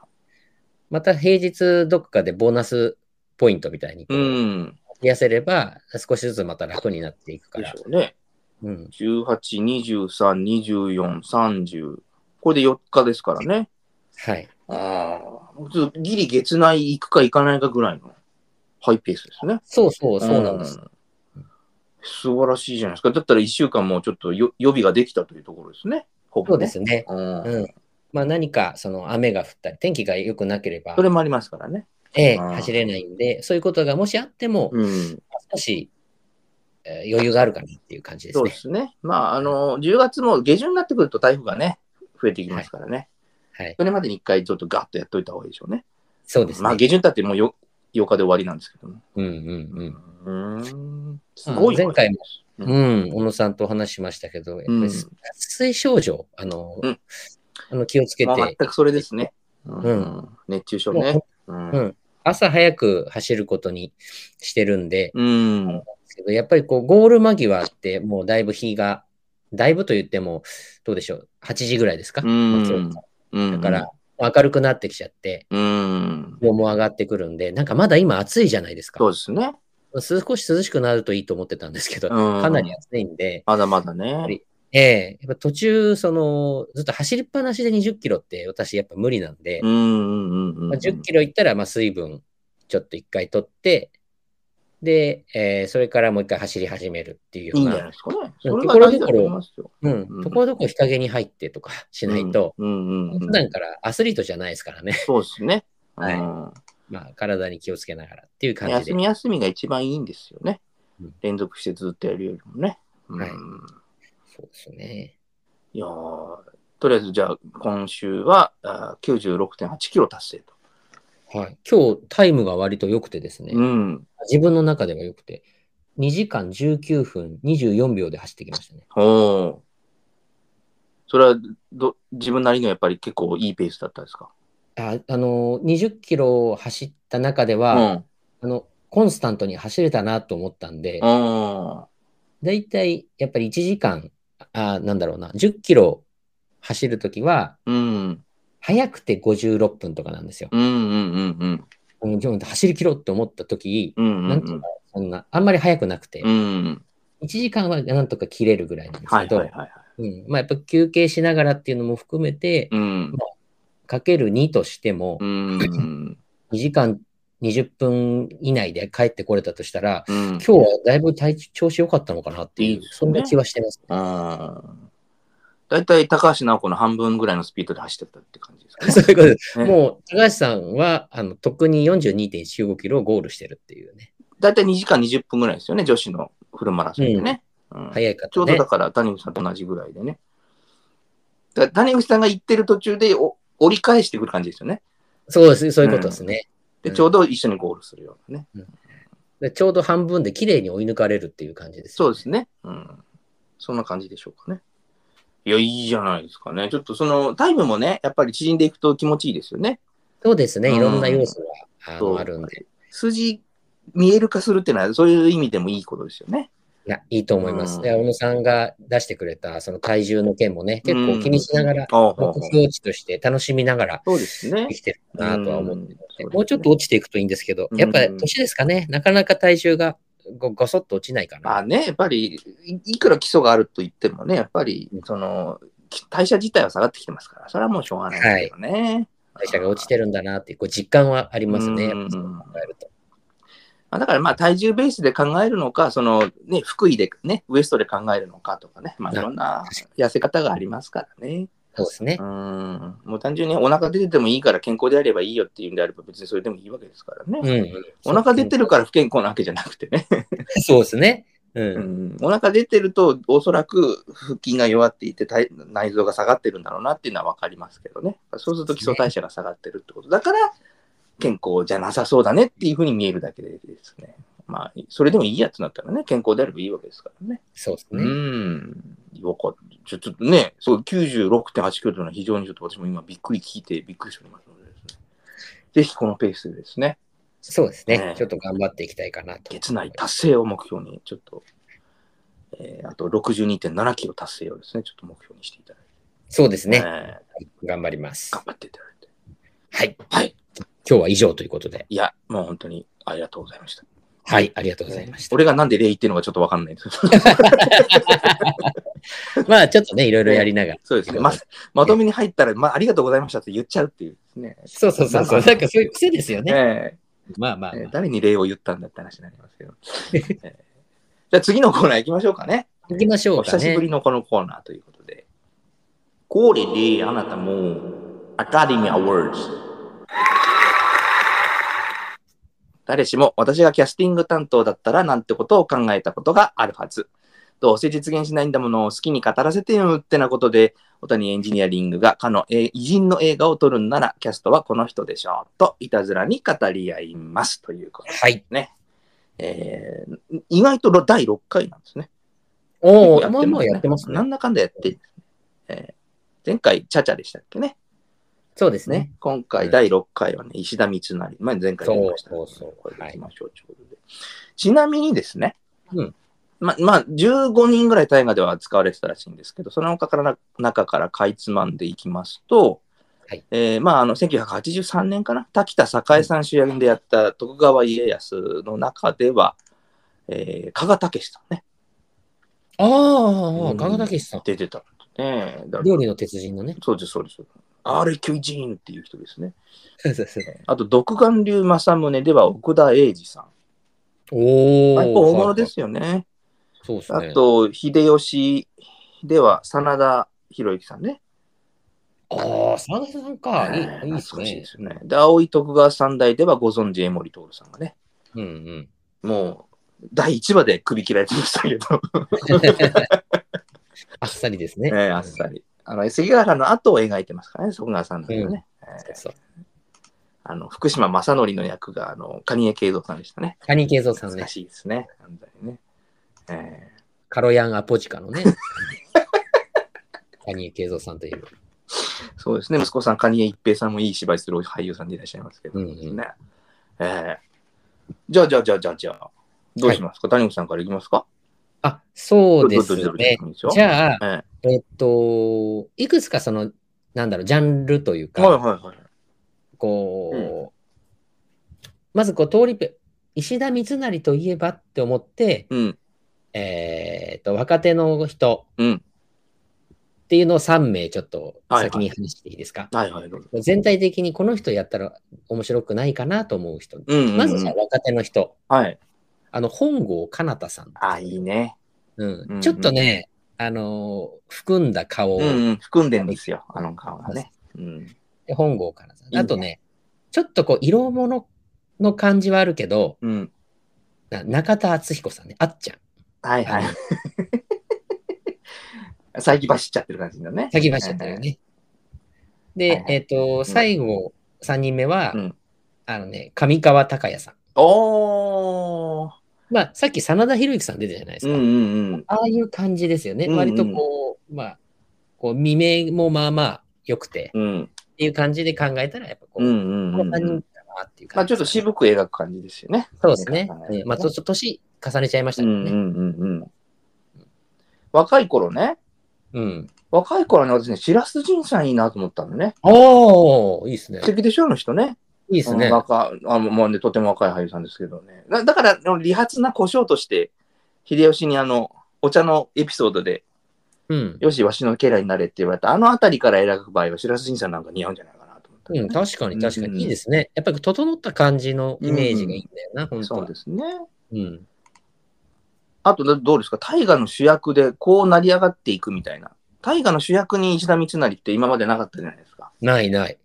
[SPEAKER 2] また平日どっかでボーナスポイントみたいにこ
[SPEAKER 1] う、
[SPEAKER 2] うん増やせれば、少しずつまた楽になっていくか
[SPEAKER 1] で
[SPEAKER 2] ら
[SPEAKER 1] し。ょうね。
[SPEAKER 2] うん、
[SPEAKER 1] 18、23、24、30。これで4日ですからね。
[SPEAKER 2] はい。
[SPEAKER 1] ああ、ちょっとギリ月内行くか行かないかぐらいのハイペースですね。
[SPEAKER 2] そうそう、そうなんです。
[SPEAKER 1] うん。素晴らしいじゃないですか。だったら1週間もうちょっとよ予備ができたというところですね。ほ
[SPEAKER 2] そ
[SPEAKER 1] ぼ
[SPEAKER 2] うで
[SPEAKER 1] ね。
[SPEAKER 2] すね。
[SPEAKER 1] うん
[SPEAKER 2] うん。まあ何か、その雨が降ったり、天気が良くなければ
[SPEAKER 1] そ、れもありますからね。
[SPEAKER 2] ええ、
[SPEAKER 1] うん
[SPEAKER 2] 走れないんで、そういうことがもしあっても、
[SPEAKER 1] うん。
[SPEAKER 2] 少し、えー余裕があるかなっていう感じです
[SPEAKER 1] そう
[SPEAKER 2] ね
[SPEAKER 1] で。すね。まあ、あの、10月も下旬になってくると台風がね、増えていきますからね。
[SPEAKER 2] はい。
[SPEAKER 1] それまでに一回ちょっとガッとやっといた方がいいでしょうね。
[SPEAKER 2] そうです
[SPEAKER 1] まあ、
[SPEAKER 2] ね。
[SPEAKER 1] 下旬だってもうよ8日で終わりなんですけども。
[SPEAKER 2] うんうんうん。
[SPEAKER 1] うん。ん。すごい。
[SPEAKER 2] 前回も。
[SPEAKER 1] うん
[SPEAKER 2] うん、小野さんとお話ししましたけど、やっぱ
[SPEAKER 1] うん
[SPEAKER 2] り脱水症状、あの、
[SPEAKER 1] うん
[SPEAKER 2] あの気をつけ
[SPEAKER 1] まあ、
[SPEAKER 2] て
[SPEAKER 1] 全、くそれですね。うん
[SPEAKER 2] うん
[SPEAKER 1] 熱中症ね。うん
[SPEAKER 2] うん朝早く走ることにしてるんで、
[SPEAKER 1] うん。
[SPEAKER 2] けどやっぱりこう、ゴール間際って、もうだいぶ日が、だいぶと言っても、どうでしょう、8時ぐらいですか、
[SPEAKER 1] うん
[SPEAKER 2] まあそうか
[SPEAKER 1] うん。
[SPEAKER 2] だから、、明るくなってきちゃって、
[SPEAKER 1] うん。
[SPEAKER 2] 気温も上がってくるんで、なんかまだ今暑いじゃないです
[SPEAKER 1] そ
[SPEAKER 2] か
[SPEAKER 1] う。ですね。
[SPEAKER 2] 少し涼しくなるといいと思ってたんですけど、
[SPEAKER 1] うん
[SPEAKER 2] かなり暑いんで、
[SPEAKER 1] まだまだ
[SPEAKER 2] ぱり
[SPEAKER 1] ね。
[SPEAKER 2] ええやっぱ途中、その、ずっと走りっぱなしで20キロって私やっぱ無理なんで、
[SPEAKER 1] うんうんうんうん。
[SPEAKER 2] まあ、10キロ行ったら、まあ、水分ちょっと一回取って、で、えーそれからもう一回走り始めるっていうよ
[SPEAKER 1] いい
[SPEAKER 2] うん
[SPEAKER 1] じ
[SPEAKER 2] な、
[SPEAKER 1] ゃないですかね。
[SPEAKER 2] うん
[SPEAKER 1] それが大事だと思いますよ。
[SPEAKER 2] うん、ところどころ日陰に入ってとかしないと、
[SPEAKER 1] うんうんうん
[SPEAKER 2] 普段からアスリートじゃないですからね、
[SPEAKER 1] そうですね。
[SPEAKER 2] はい
[SPEAKER 1] うん
[SPEAKER 2] まあ、体に気をつけながらっていう感じ
[SPEAKER 1] 休
[SPEAKER 2] で、
[SPEAKER 1] み休みが一番いいんですよね
[SPEAKER 2] うん。
[SPEAKER 1] 連続してずっとやるよりもね。うん
[SPEAKER 2] はいそうですね。
[SPEAKER 1] いやーとりあえずじゃあ今週はあー96.8キロ達成と。
[SPEAKER 2] はい、今日タイムが割と良くてですね、
[SPEAKER 1] うん。
[SPEAKER 2] 自分の中では良くて、 2時間19分24秒で走ってきましたね。
[SPEAKER 1] ほう。それはど、自分なりのやっぱり結構いいペースだったですか
[SPEAKER 2] ああの、20キロを走った中で
[SPEAKER 1] う
[SPEAKER 2] は、
[SPEAKER 1] ん。
[SPEAKER 2] あの、コンスタントに走れたなと思ったんで、
[SPEAKER 1] うん。
[SPEAKER 2] だいたいやっぱり1時間、あなんだろうな、10キロ走るときは、
[SPEAKER 1] うん。
[SPEAKER 2] 早くて56分とかなんですよ。
[SPEAKER 1] うんうんうんうん。
[SPEAKER 2] うんでも走り切ろうと思ったとき、
[SPEAKER 1] うんうん
[SPEAKER 2] なんとかそんな、あんまり早くなくて、
[SPEAKER 1] うん。うん。
[SPEAKER 2] 1時間はなんとか切れるぐらいなんです
[SPEAKER 1] は
[SPEAKER 2] け
[SPEAKER 1] い
[SPEAKER 2] ど、
[SPEAKER 1] はいはいはい。
[SPEAKER 2] うんまあ、やっぱ休憩しながらっていうのも含めて、
[SPEAKER 1] うん。
[SPEAKER 2] かける2としても
[SPEAKER 1] う、ん。
[SPEAKER 2] 2時間20分以内で帰ってこれたとしたら、
[SPEAKER 1] うん。
[SPEAKER 2] 今日はだいぶ体調調子良かったのかなっていう、
[SPEAKER 1] いいですね
[SPEAKER 2] そんな気はしてます。
[SPEAKER 1] うん。だいたい高橋直子の半分ぐらいのスピードで走ってたって感じですかね。
[SPEAKER 2] そういうことです。
[SPEAKER 1] ね
[SPEAKER 2] もう、高橋さんは、あの、とっくに42.95キロをゴールしてるっていうね。
[SPEAKER 1] だいたい2時間20分ぐらいですよね、女子のフルマラソンでね。うん
[SPEAKER 2] 早い
[SPEAKER 1] ちょ
[SPEAKER 2] 方
[SPEAKER 1] うど
[SPEAKER 2] ね
[SPEAKER 1] だ。から谷口さんと同じぐらいでね。だ谷口さんが行ってる途中でお折り返してくる感じですよね。
[SPEAKER 2] そうです。そういうことですね。
[SPEAKER 1] で、
[SPEAKER 2] うん
[SPEAKER 1] ちょうど一緒にゴールするようなね。
[SPEAKER 2] でちょうど半分で綺麗に追い抜かれるっていう感じです。
[SPEAKER 1] そうですね。うん。そんな感じでしょうかね。いや、いいじゃないですかね。ちょっとそのタイムもね、やっぱり縮んでいくと気持ちいいですよね。
[SPEAKER 2] そうですね。いろんな
[SPEAKER 1] うん
[SPEAKER 2] 要素があ
[SPEAKER 1] そう
[SPEAKER 2] のあるんで、
[SPEAKER 1] 数字見える化するっていうのは、そういう意味でもいいことですよね。
[SPEAKER 2] いやいいと思います。
[SPEAKER 1] うん
[SPEAKER 2] で、小野さんが出してくれた、その体重の件もね、結構気にしながら、
[SPEAKER 1] ああ、ほうほう
[SPEAKER 2] 目標値として楽しみながら
[SPEAKER 1] そうですね
[SPEAKER 2] で。きてるかなとは思う。
[SPEAKER 1] んそうですね
[SPEAKER 2] もうちょっと落ちていくといいんですけど、
[SPEAKER 1] うん
[SPEAKER 2] やっぱり年ですかね、なかなか体重がごごそっと落ちないか
[SPEAKER 1] ま
[SPEAKER 2] な。
[SPEAKER 1] あね、やっぱり、いいくら基礎があると言ってもね、やっぱり、その、き代謝自体は下がってきてますから、それはもうしょうがないですけどね。
[SPEAKER 2] 代謝が落ちてるんだなっていうこう実感はありますね。
[SPEAKER 1] うん
[SPEAKER 2] やっぱそう考えると
[SPEAKER 1] まあ、だからまあ、体重ベースで考えるのか、その、ね、腹囲でね、ウエストで考えるのかとかね、まあ、い
[SPEAKER 2] な
[SPEAKER 1] ろんな
[SPEAKER 2] 確
[SPEAKER 1] 痩せ方がありますからね。
[SPEAKER 2] そうですね
[SPEAKER 1] う。ん。もう単純にお腹出ててもいいから健康であればいいよっていうんであれば、別にそれでもいいわけですから
[SPEAKER 2] うん
[SPEAKER 1] ね。
[SPEAKER 2] うん。
[SPEAKER 1] お腹出てるから不健康なわけじゃなくてね。
[SPEAKER 2] そうですね。う。
[SPEAKER 1] うんん、お腹出てると、おそらく腹筋が弱っていて体、内臓が下がってるんだろうなっていうのは分かりますけどね。そうすると基礎代謝が下がってるってことだから、健康じゃなさそうだねっていうふうに見えるだけでですね。まあ、それでもいいやつだったらね、健康であればいいわけですからね。
[SPEAKER 2] そうです
[SPEAKER 1] う
[SPEAKER 2] ね。
[SPEAKER 1] ん。よかった。ちょちょっとね、そう、96.8キロというのは非常にちょっと私も今びっくり聞いてびっくりしておりますのでですね。ぜひこのペースでですね、
[SPEAKER 2] そうです
[SPEAKER 1] ね
[SPEAKER 2] ね。ちょっと頑張っていきたいかなと。
[SPEAKER 1] 月内達成を目標に、ちょっと、えーあと62.7キロ達成をですね、ちょっと目標にしていただい
[SPEAKER 2] そうです
[SPEAKER 1] て、
[SPEAKER 2] ね。
[SPEAKER 1] えー
[SPEAKER 2] 頑張ります。
[SPEAKER 1] 頑張っていただいて。
[SPEAKER 2] はい。
[SPEAKER 1] はい。
[SPEAKER 2] 今日は以上ということで。
[SPEAKER 1] いや、もう本当にありがとうございました。
[SPEAKER 2] はい。ありがとうございました。
[SPEAKER 1] 俺がなんで礼言ってるのかちょっとわかんないです。
[SPEAKER 2] まあ、ちょっとね、いろいろやりながら。
[SPEAKER 1] そうですね。ま、まとめに入ったら、まあ、ありがとうございましたって言っちゃうっていうですね。
[SPEAKER 2] そうそうそうそう。なんかそういう癖ですよね。
[SPEAKER 1] え
[SPEAKER 2] まあまあ
[SPEAKER 1] ーえー
[SPEAKER 2] ま
[SPEAKER 1] 誰に礼を言ったんだって話になりますけど。えーじゃあ次のコーナー行きましょうかね。
[SPEAKER 2] あ。行きましょ
[SPEAKER 1] お
[SPEAKER 2] うか
[SPEAKER 1] 久しぶ
[SPEAKER 2] ね
[SPEAKER 1] り。のこのコーナーということで。これであなたもアカデミーアワード誰しも私がキャスティング担当だったらなんてことを考えたことがあるはず。どうせ実現しないんだものを好きに語らせてよってなことで、小谷エンジニアリングがかのえー偉人の映画を撮るんならキャストはこの人でしょうといたずらに語り合いますということで。
[SPEAKER 2] はい。
[SPEAKER 1] えー意外と第6回なんですね。
[SPEAKER 2] お
[SPEAKER 1] や
[SPEAKER 2] お、
[SPEAKER 1] って
[SPEAKER 2] ま
[SPEAKER 1] ま
[SPEAKER 2] あ
[SPEAKER 1] すね
[SPEAKER 2] まあやってます
[SPEAKER 1] な
[SPEAKER 2] ね。
[SPEAKER 1] んだかんだやって、えー前回、チャチャでしたっけね。
[SPEAKER 2] そうですね
[SPEAKER 1] ね。今回、
[SPEAKER 2] うん
[SPEAKER 1] 第6回はね、石田三成。まあ、前回やりましたけどね、
[SPEAKER 2] そうそうそう
[SPEAKER 1] これでいきましょう、ちょうどで。ちなみにですね、
[SPEAKER 2] うん
[SPEAKER 1] ままあ、15人ぐらい大河では使われてたらしいんですけど、その中からな中からかいつまんでいきますと、
[SPEAKER 2] はい
[SPEAKER 1] えーまあ、あの1983年かな、滝田栄さん主演でやった徳川家康の中では、えー、加賀武史さんね、
[SPEAKER 2] あ
[SPEAKER 1] う
[SPEAKER 2] あ、
[SPEAKER 1] ん
[SPEAKER 2] 加賀武さん。
[SPEAKER 1] 出てたんですね。だから
[SPEAKER 2] 料理の鉄人のね。
[SPEAKER 1] そうです、そうです。RQ ジーンっていう人ですね。
[SPEAKER 2] お
[SPEAKER 1] あと、独眼竜政宗では奥田英二さん。
[SPEAKER 2] お
[SPEAKER 1] まあ
[SPEAKER 2] ー。
[SPEAKER 1] やっぱ大物ですよね。
[SPEAKER 2] そうです
[SPEAKER 1] あ
[SPEAKER 2] ね。
[SPEAKER 1] と、秀吉では真田広之さんね。
[SPEAKER 2] ああ、真田さんか。いい
[SPEAKER 1] えー
[SPEAKER 2] いいで
[SPEAKER 1] 懐
[SPEAKER 2] す
[SPEAKER 1] かしい
[SPEAKER 2] ね
[SPEAKER 1] で。すよね。で、青い徳川三代ではご存知、江森徹さんがね。
[SPEAKER 2] うん うん。
[SPEAKER 1] もう、第1話で首切られてましたけ ど、
[SPEAKER 2] あっさりです
[SPEAKER 1] え
[SPEAKER 2] ね。
[SPEAKER 1] ーあっさり。あの、関ヶ原の後を描いてますからね、徳川さんだとね。
[SPEAKER 2] うん
[SPEAKER 1] えー
[SPEAKER 2] そう。
[SPEAKER 1] あの福島正則の役が、あの、蟹江慶三さんでしたね。
[SPEAKER 2] 谷慶三さん
[SPEAKER 1] 懐
[SPEAKER 2] ね
[SPEAKER 1] か。しいですね。本当にね。え
[SPEAKER 2] カロヤン・アポジカ のね、谷江恵三さんという。
[SPEAKER 1] ーそうですね、息子さん、蟹江一平さんもいい芝居する俳優さんでいらっしゃいますけど、
[SPEAKER 2] う
[SPEAKER 1] ね
[SPEAKER 2] んうん
[SPEAKER 1] えーじゃあ、じゃあ、じゃあ、じゃあ、じゃあ、どうしますか、谷口さんからいきますか
[SPEAKER 2] あ、そうですね。じ
[SPEAKER 1] あ、
[SPEAKER 2] ゃあ、
[SPEAKER 1] え
[SPEAKER 2] えっと、いくつかその、なんだろう、ジャンルという
[SPEAKER 1] ー
[SPEAKER 2] か、
[SPEAKER 1] はいはいはい。
[SPEAKER 2] こう、まずこう、通りペ、石田三成といえばって思って、
[SPEAKER 1] うん、
[SPEAKER 2] えーっと、若手の人
[SPEAKER 1] うん、
[SPEAKER 2] っていうのを3名ちょっと
[SPEAKER 1] はいはい
[SPEAKER 2] 先に話していいですか。
[SPEAKER 1] はいはい、どうぞ。
[SPEAKER 2] 全体的にこの人やったら面白くないかなと思う人。
[SPEAKER 1] うんうんうん
[SPEAKER 2] まずじゃあ若手の人、
[SPEAKER 1] はい。
[SPEAKER 2] あの、本郷かなたさん。
[SPEAKER 1] あ、いいね。
[SPEAKER 2] うん
[SPEAKER 1] うんうん
[SPEAKER 2] ちょっとね、あのー含んだ顔、
[SPEAKER 1] うん、うん、含んでんですよ、あの顔がね。うん、
[SPEAKER 2] 本郷かなさん。
[SPEAKER 1] ね
[SPEAKER 2] あとね、ちょっとこう、色物の感じはあるけど、
[SPEAKER 1] うん、
[SPEAKER 2] な中田敦彦さんね、あっちゃん。
[SPEAKER 1] はいはい。 最近走っちゃってる感じだね。
[SPEAKER 2] 先走っちゃったよね。
[SPEAKER 1] はいは
[SPEAKER 2] で
[SPEAKER 1] い、
[SPEAKER 2] えっ、と、最後、3人目は、
[SPEAKER 1] うん
[SPEAKER 2] あのね、上川隆也さん。
[SPEAKER 1] おー。
[SPEAKER 2] まあ、さっき真田広之さん出てたじゃないです
[SPEAKER 1] うん
[SPEAKER 2] か。
[SPEAKER 1] うんうん。
[SPEAKER 2] ああいう感じですよね。
[SPEAKER 1] うんうん
[SPEAKER 2] 割とこう、まあ、こう、未明もまあまあ良くて、
[SPEAKER 1] うん
[SPEAKER 2] っていう感じで考えたら、やっぱこ
[SPEAKER 1] う
[SPEAKER 2] う、
[SPEAKER 1] ん
[SPEAKER 2] こ
[SPEAKER 1] う
[SPEAKER 2] の
[SPEAKER 1] ん
[SPEAKER 2] 3
[SPEAKER 1] うん。
[SPEAKER 2] 人かなっていう
[SPEAKER 1] ま
[SPEAKER 2] 感
[SPEAKER 1] あち
[SPEAKER 2] じ
[SPEAKER 1] ょっと
[SPEAKER 2] ですかね、
[SPEAKER 1] 渋く描く感じですよね。
[SPEAKER 2] そうですね
[SPEAKER 1] 考え。ると
[SPEAKER 2] ねまあ、ちょっと年重ねちゃいました
[SPEAKER 1] う
[SPEAKER 2] けど
[SPEAKER 1] んう
[SPEAKER 2] ね。
[SPEAKER 1] んうんうん。若い頃ね、
[SPEAKER 2] うん。
[SPEAKER 1] 若い頃ね、私ね、白洲仁さんいいなと思ったのね。
[SPEAKER 2] おー、いいですね
[SPEAKER 1] 素。敵でしょ、あの人ね。
[SPEAKER 2] いいです
[SPEAKER 1] う
[SPEAKER 2] ね
[SPEAKER 1] ん。若あのまあね、とても若い俳優さんですけどね。だだから、あの理髪な胡椒として、秀吉にあの、お茶のエピソードで、
[SPEAKER 2] うん。
[SPEAKER 1] よし、わしの家来になれって言われた、あの辺りから選ぶ場合は、白洲仁さんなんか似合うんじゃないかなと思った、
[SPEAKER 2] うん、確かに確
[SPEAKER 1] う
[SPEAKER 2] か
[SPEAKER 1] んうん
[SPEAKER 2] に。いいですね。やっぱり整った感じのイメージがいいんだよな、本当
[SPEAKER 1] そう
[SPEAKER 2] は。
[SPEAKER 1] ですね。
[SPEAKER 2] うん。
[SPEAKER 1] あとど、どうですか大河の主役でこう成り上がっていくみたいな。大河の主役に石田三成って今までなかったじゃないですか。
[SPEAKER 2] ないない。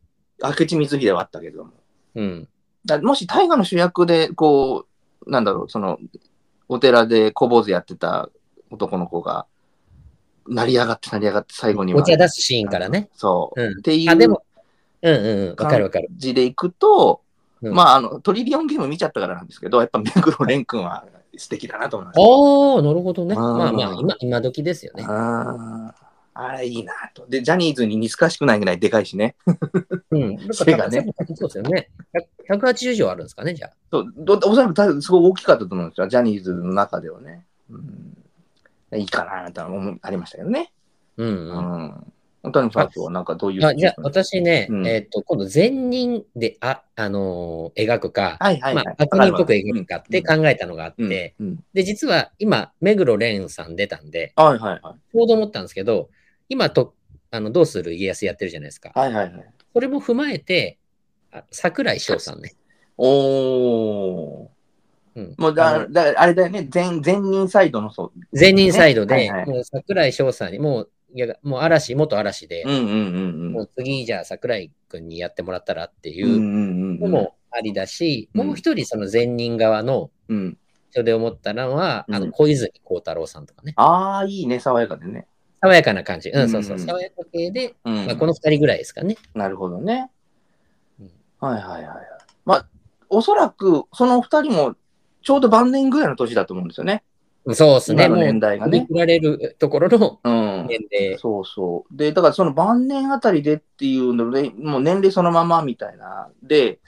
[SPEAKER 1] 明智光秀はあったけども。
[SPEAKER 2] うん。
[SPEAKER 1] だもし大河の主役で、こう、なんだろう、その、お寺で小坊主やってた男の子が、成り上がって成り上がって最後には
[SPEAKER 2] お茶出すシーンからね。
[SPEAKER 1] そう。
[SPEAKER 2] うん
[SPEAKER 1] っていう
[SPEAKER 2] あ、で
[SPEAKER 1] 感
[SPEAKER 2] も、うんうんうん。わかるわかる。
[SPEAKER 1] じでいくと、
[SPEAKER 2] うん
[SPEAKER 1] まあ、あの、トリリオンゲーム見ちゃったからなんですけど、やっぱ目黒蓮君は素敵だなと思いました。
[SPEAKER 2] ああ、なるほどね。
[SPEAKER 1] あー
[SPEAKER 2] まあまあ、今、今時ですよね。
[SPEAKER 1] あーあれいいなと。で、ジャニーズに似つかしくないぐらいでかいしね。
[SPEAKER 2] うん。
[SPEAKER 1] 背がね。
[SPEAKER 2] そうですよね。100 180以上あるんですかね、じゃあ。
[SPEAKER 1] そうどおそらく多分すごい大きかったと思うんですよ。ジャニーズの中ではね。うん、いいかなとは思うありましたけどね。
[SPEAKER 2] うん
[SPEAKER 1] う
[SPEAKER 2] うん。
[SPEAKER 1] ん。本当にさんとはなんかどういう
[SPEAKER 2] あじゃあ、私ね、
[SPEAKER 1] うん
[SPEAKER 2] えっ、と、今度、善人で、あ、あのー描くか、
[SPEAKER 1] はいはいはい。
[SPEAKER 2] まあ、悪人っぽく描くかって考えたのがあって、
[SPEAKER 1] うんうん
[SPEAKER 2] で、実は今、目黒蓮さん出たんで、
[SPEAKER 1] はいはいはい。
[SPEAKER 2] ちょうど思ったんですけど、今と、あの、どうする家康やってるじゃないですか。
[SPEAKER 1] はいはいはい。
[SPEAKER 2] それも踏まえて、あ桜井翔さんね。
[SPEAKER 1] おー。
[SPEAKER 2] うん、
[SPEAKER 1] もう
[SPEAKER 2] あ
[SPEAKER 1] だ、
[SPEAKER 2] の
[SPEAKER 1] だあれだよね。全、全人サイドのそう。
[SPEAKER 2] 前任サイドで、
[SPEAKER 1] はいはい
[SPEAKER 2] もう桜井翔さんに、もう、いやもう嵐、元嵐で、
[SPEAKER 1] うんうんうん
[SPEAKER 2] も
[SPEAKER 1] うん。
[SPEAKER 2] う次、じゃあ桜井君にやってもらったらってい
[SPEAKER 1] うん
[SPEAKER 2] う
[SPEAKER 1] うんう
[SPEAKER 2] の
[SPEAKER 1] ん。
[SPEAKER 2] もありだし、
[SPEAKER 1] うん
[SPEAKER 2] もう一人、その前任側の
[SPEAKER 1] うん。
[SPEAKER 2] 人で思ったのは、あ
[SPEAKER 1] うん
[SPEAKER 2] の小泉孝太郎さんとかね。
[SPEAKER 1] ああ、いいね。爽やかでね。
[SPEAKER 2] 爽やかな感じ。うん、そうそうう。
[SPEAKER 1] ん
[SPEAKER 2] 爽やか系で、
[SPEAKER 1] うん
[SPEAKER 2] まあ、この二人ぐらいですかね。
[SPEAKER 1] なるほどね
[SPEAKER 2] うん。
[SPEAKER 1] はいはいはいはい。まあ、おそらくその二人もちょうど晩年ぐらいの年だと思うんですよね。
[SPEAKER 2] そうですね。
[SPEAKER 1] 今
[SPEAKER 2] も
[SPEAKER 1] の
[SPEAKER 2] う、
[SPEAKER 1] 年代がね
[SPEAKER 2] 振り振られるところの
[SPEAKER 1] うん。
[SPEAKER 2] 年齢。
[SPEAKER 1] そうそう。で、だからその晩年あたりでっていうので、もう年齢そのままみたいな。で、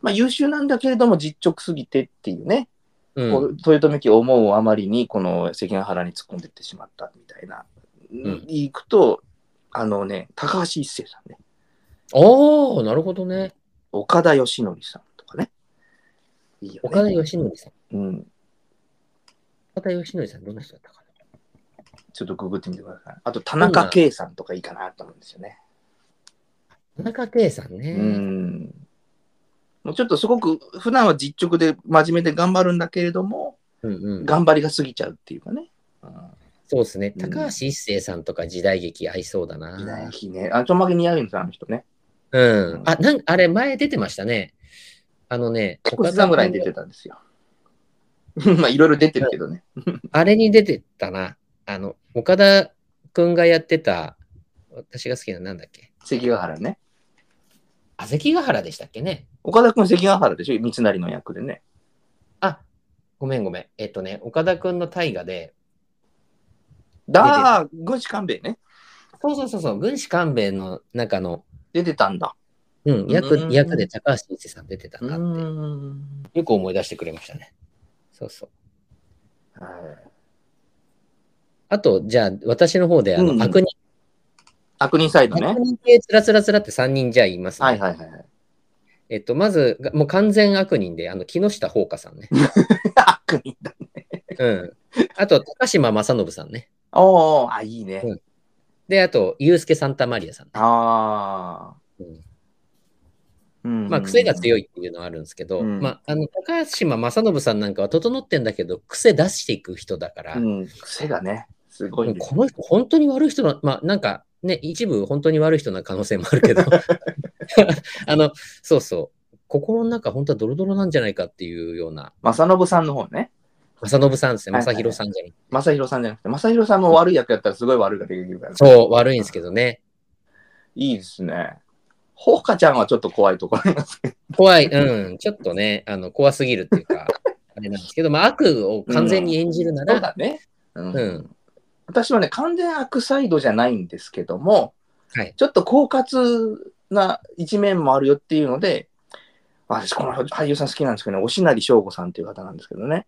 [SPEAKER 1] まあ優秀なんだけれども実直すぎてっていうね、
[SPEAKER 2] うん
[SPEAKER 1] こう豊臣家を思うあまりにこの関ヶ原に突っ込んでってしまったみたいな。
[SPEAKER 2] ん
[SPEAKER 1] 行くと、あのね、高橋一生さんね、
[SPEAKER 2] おー、なるほどね。
[SPEAKER 1] 岡田義則さんとかね。いいよね。
[SPEAKER 2] 岡田義則さん。
[SPEAKER 1] うん。
[SPEAKER 2] 岡田義則さん、どんな人だったかな。
[SPEAKER 1] ちょっとググってみてください。あと、田中圭さんとかいいかなと思うんですよね。
[SPEAKER 2] 田中圭さん
[SPEAKER 1] う
[SPEAKER 2] ね。
[SPEAKER 1] ん。もうちょっとすごく、普段は実直で真面目で頑張るんだけれども、
[SPEAKER 2] うんうん
[SPEAKER 1] 頑張りが過ぎちゃうっていうかね。うん
[SPEAKER 2] そうですね。
[SPEAKER 1] うん
[SPEAKER 2] 高橋一生さんとか時代劇合いそうだ
[SPEAKER 1] 時代
[SPEAKER 2] な。
[SPEAKER 1] 劇ね。あ、ちょんまげ似合うんですよ、あの人ね。
[SPEAKER 2] うん。あ、なんあれ、前出てましたね。あのね、
[SPEAKER 1] 結構侍に出てたんですよ。 まあ、いろいろ出てるけどね。
[SPEAKER 2] あれに出てたな。あの、岡田くんがやってた、私が好きな、なんだっけ。
[SPEAKER 1] 関ヶ原ね。
[SPEAKER 2] あ関ヶ原でしたっけね。
[SPEAKER 1] 岡田君関ヶ原でしょ三成の役でね。
[SPEAKER 2] あ、ごめんごめん。えっとね、岡田くんの大河で、
[SPEAKER 1] だー、軍師官兵衛ね。
[SPEAKER 2] そうそうそうそう、軍師官兵衛の中の、
[SPEAKER 1] 出てたんだ。
[SPEAKER 2] うん、役
[SPEAKER 1] うん
[SPEAKER 2] 役で高橋一生さん出てた
[SPEAKER 1] う
[SPEAKER 2] な
[SPEAKER 1] ー
[SPEAKER 2] っ
[SPEAKER 1] ん。
[SPEAKER 2] て、よく思い出してくれましたね。そうそう。
[SPEAKER 1] はい
[SPEAKER 2] あと、じゃあ、私の方で、あの、
[SPEAKER 1] うん
[SPEAKER 2] 悪人、
[SPEAKER 1] 悪人サイドね
[SPEAKER 2] 悪。人系つらつらつらって3人じゃあ言いますね。
[SPEAKER 1] はいはいはい はい。
[SPEAKER 2] えっと、まず、がもう完全悪人で、あの、木下ほうかさ んね。
[SPEAKER 1] 悪人だ。
[SPEAKER 2] うん。あと、高島正信さんね。
[SPEAKER 1] おー、あ、いいね。
[SPEAKER 2] うんで、あと、ユースケ・サンタマリアさんね。
[SPEAKER 1] ああ。
[SPEAKER 2] うん
[SPEAKER 1] うん
[SPEAKER 2] まあ、癖が
[SPEAKER 1] い。
[SPEAKER 2] 強いっていうのはあるんですけど、
[SPEAKER 1] うん
[SPEAKER 2] まあ、あの、高島正信さんなんかは整ってんだけど、癖出していく人だから、
[SPEAKER 1] うん、癖がね、すごいんです
[SPEAKER 2] この人、本当に悪い人な、まあ、なんか、ね、一部、本当に悪い人な可能性もあ るけど、 あの、そうそう、心の中、本当はドロドロなんじゃないかっていうような、
[SPEAKER 1] 正信さんの方ね。
[SPEAKER 2] 正信さんですね、
[SPEAKER 1] はいは
[SPEAKER 2] 正
[SPEAKER 1] いはい
[SPEAKER 2] 弘さんじゃなくて
[SPEAKER 1] 正弘さんじゃなくて、正弘さんも悪い役やったらすごい悪いができるから、
[SPEAKER 2] そう、悪いんですけどね。
[SPEAKER 1] いいですね。ほうかちゃんはちょっと怖い ところありますけど。
[SPEAKER 2] 怖い、うん、ちょっとね、あの、怖すぎるっていうか、 あれなんですけど、まあ、悪を完全に演じるな
[SPEAKER 1] そう
[SPEAKER 2] ら、
[SPEAKER 1] だね。うん
[SPEAKER 2] うん
[SPEAKER 1] 私はね、完全悪サイドじゃないんですけども、
[SPEAKER 2] はい
[SPEAKER 1] ちょっと狡猾な一面もあるよっていうので、私、この俳優さん好きなんですけどね、押成翔吾さんっていう方なんですけどね。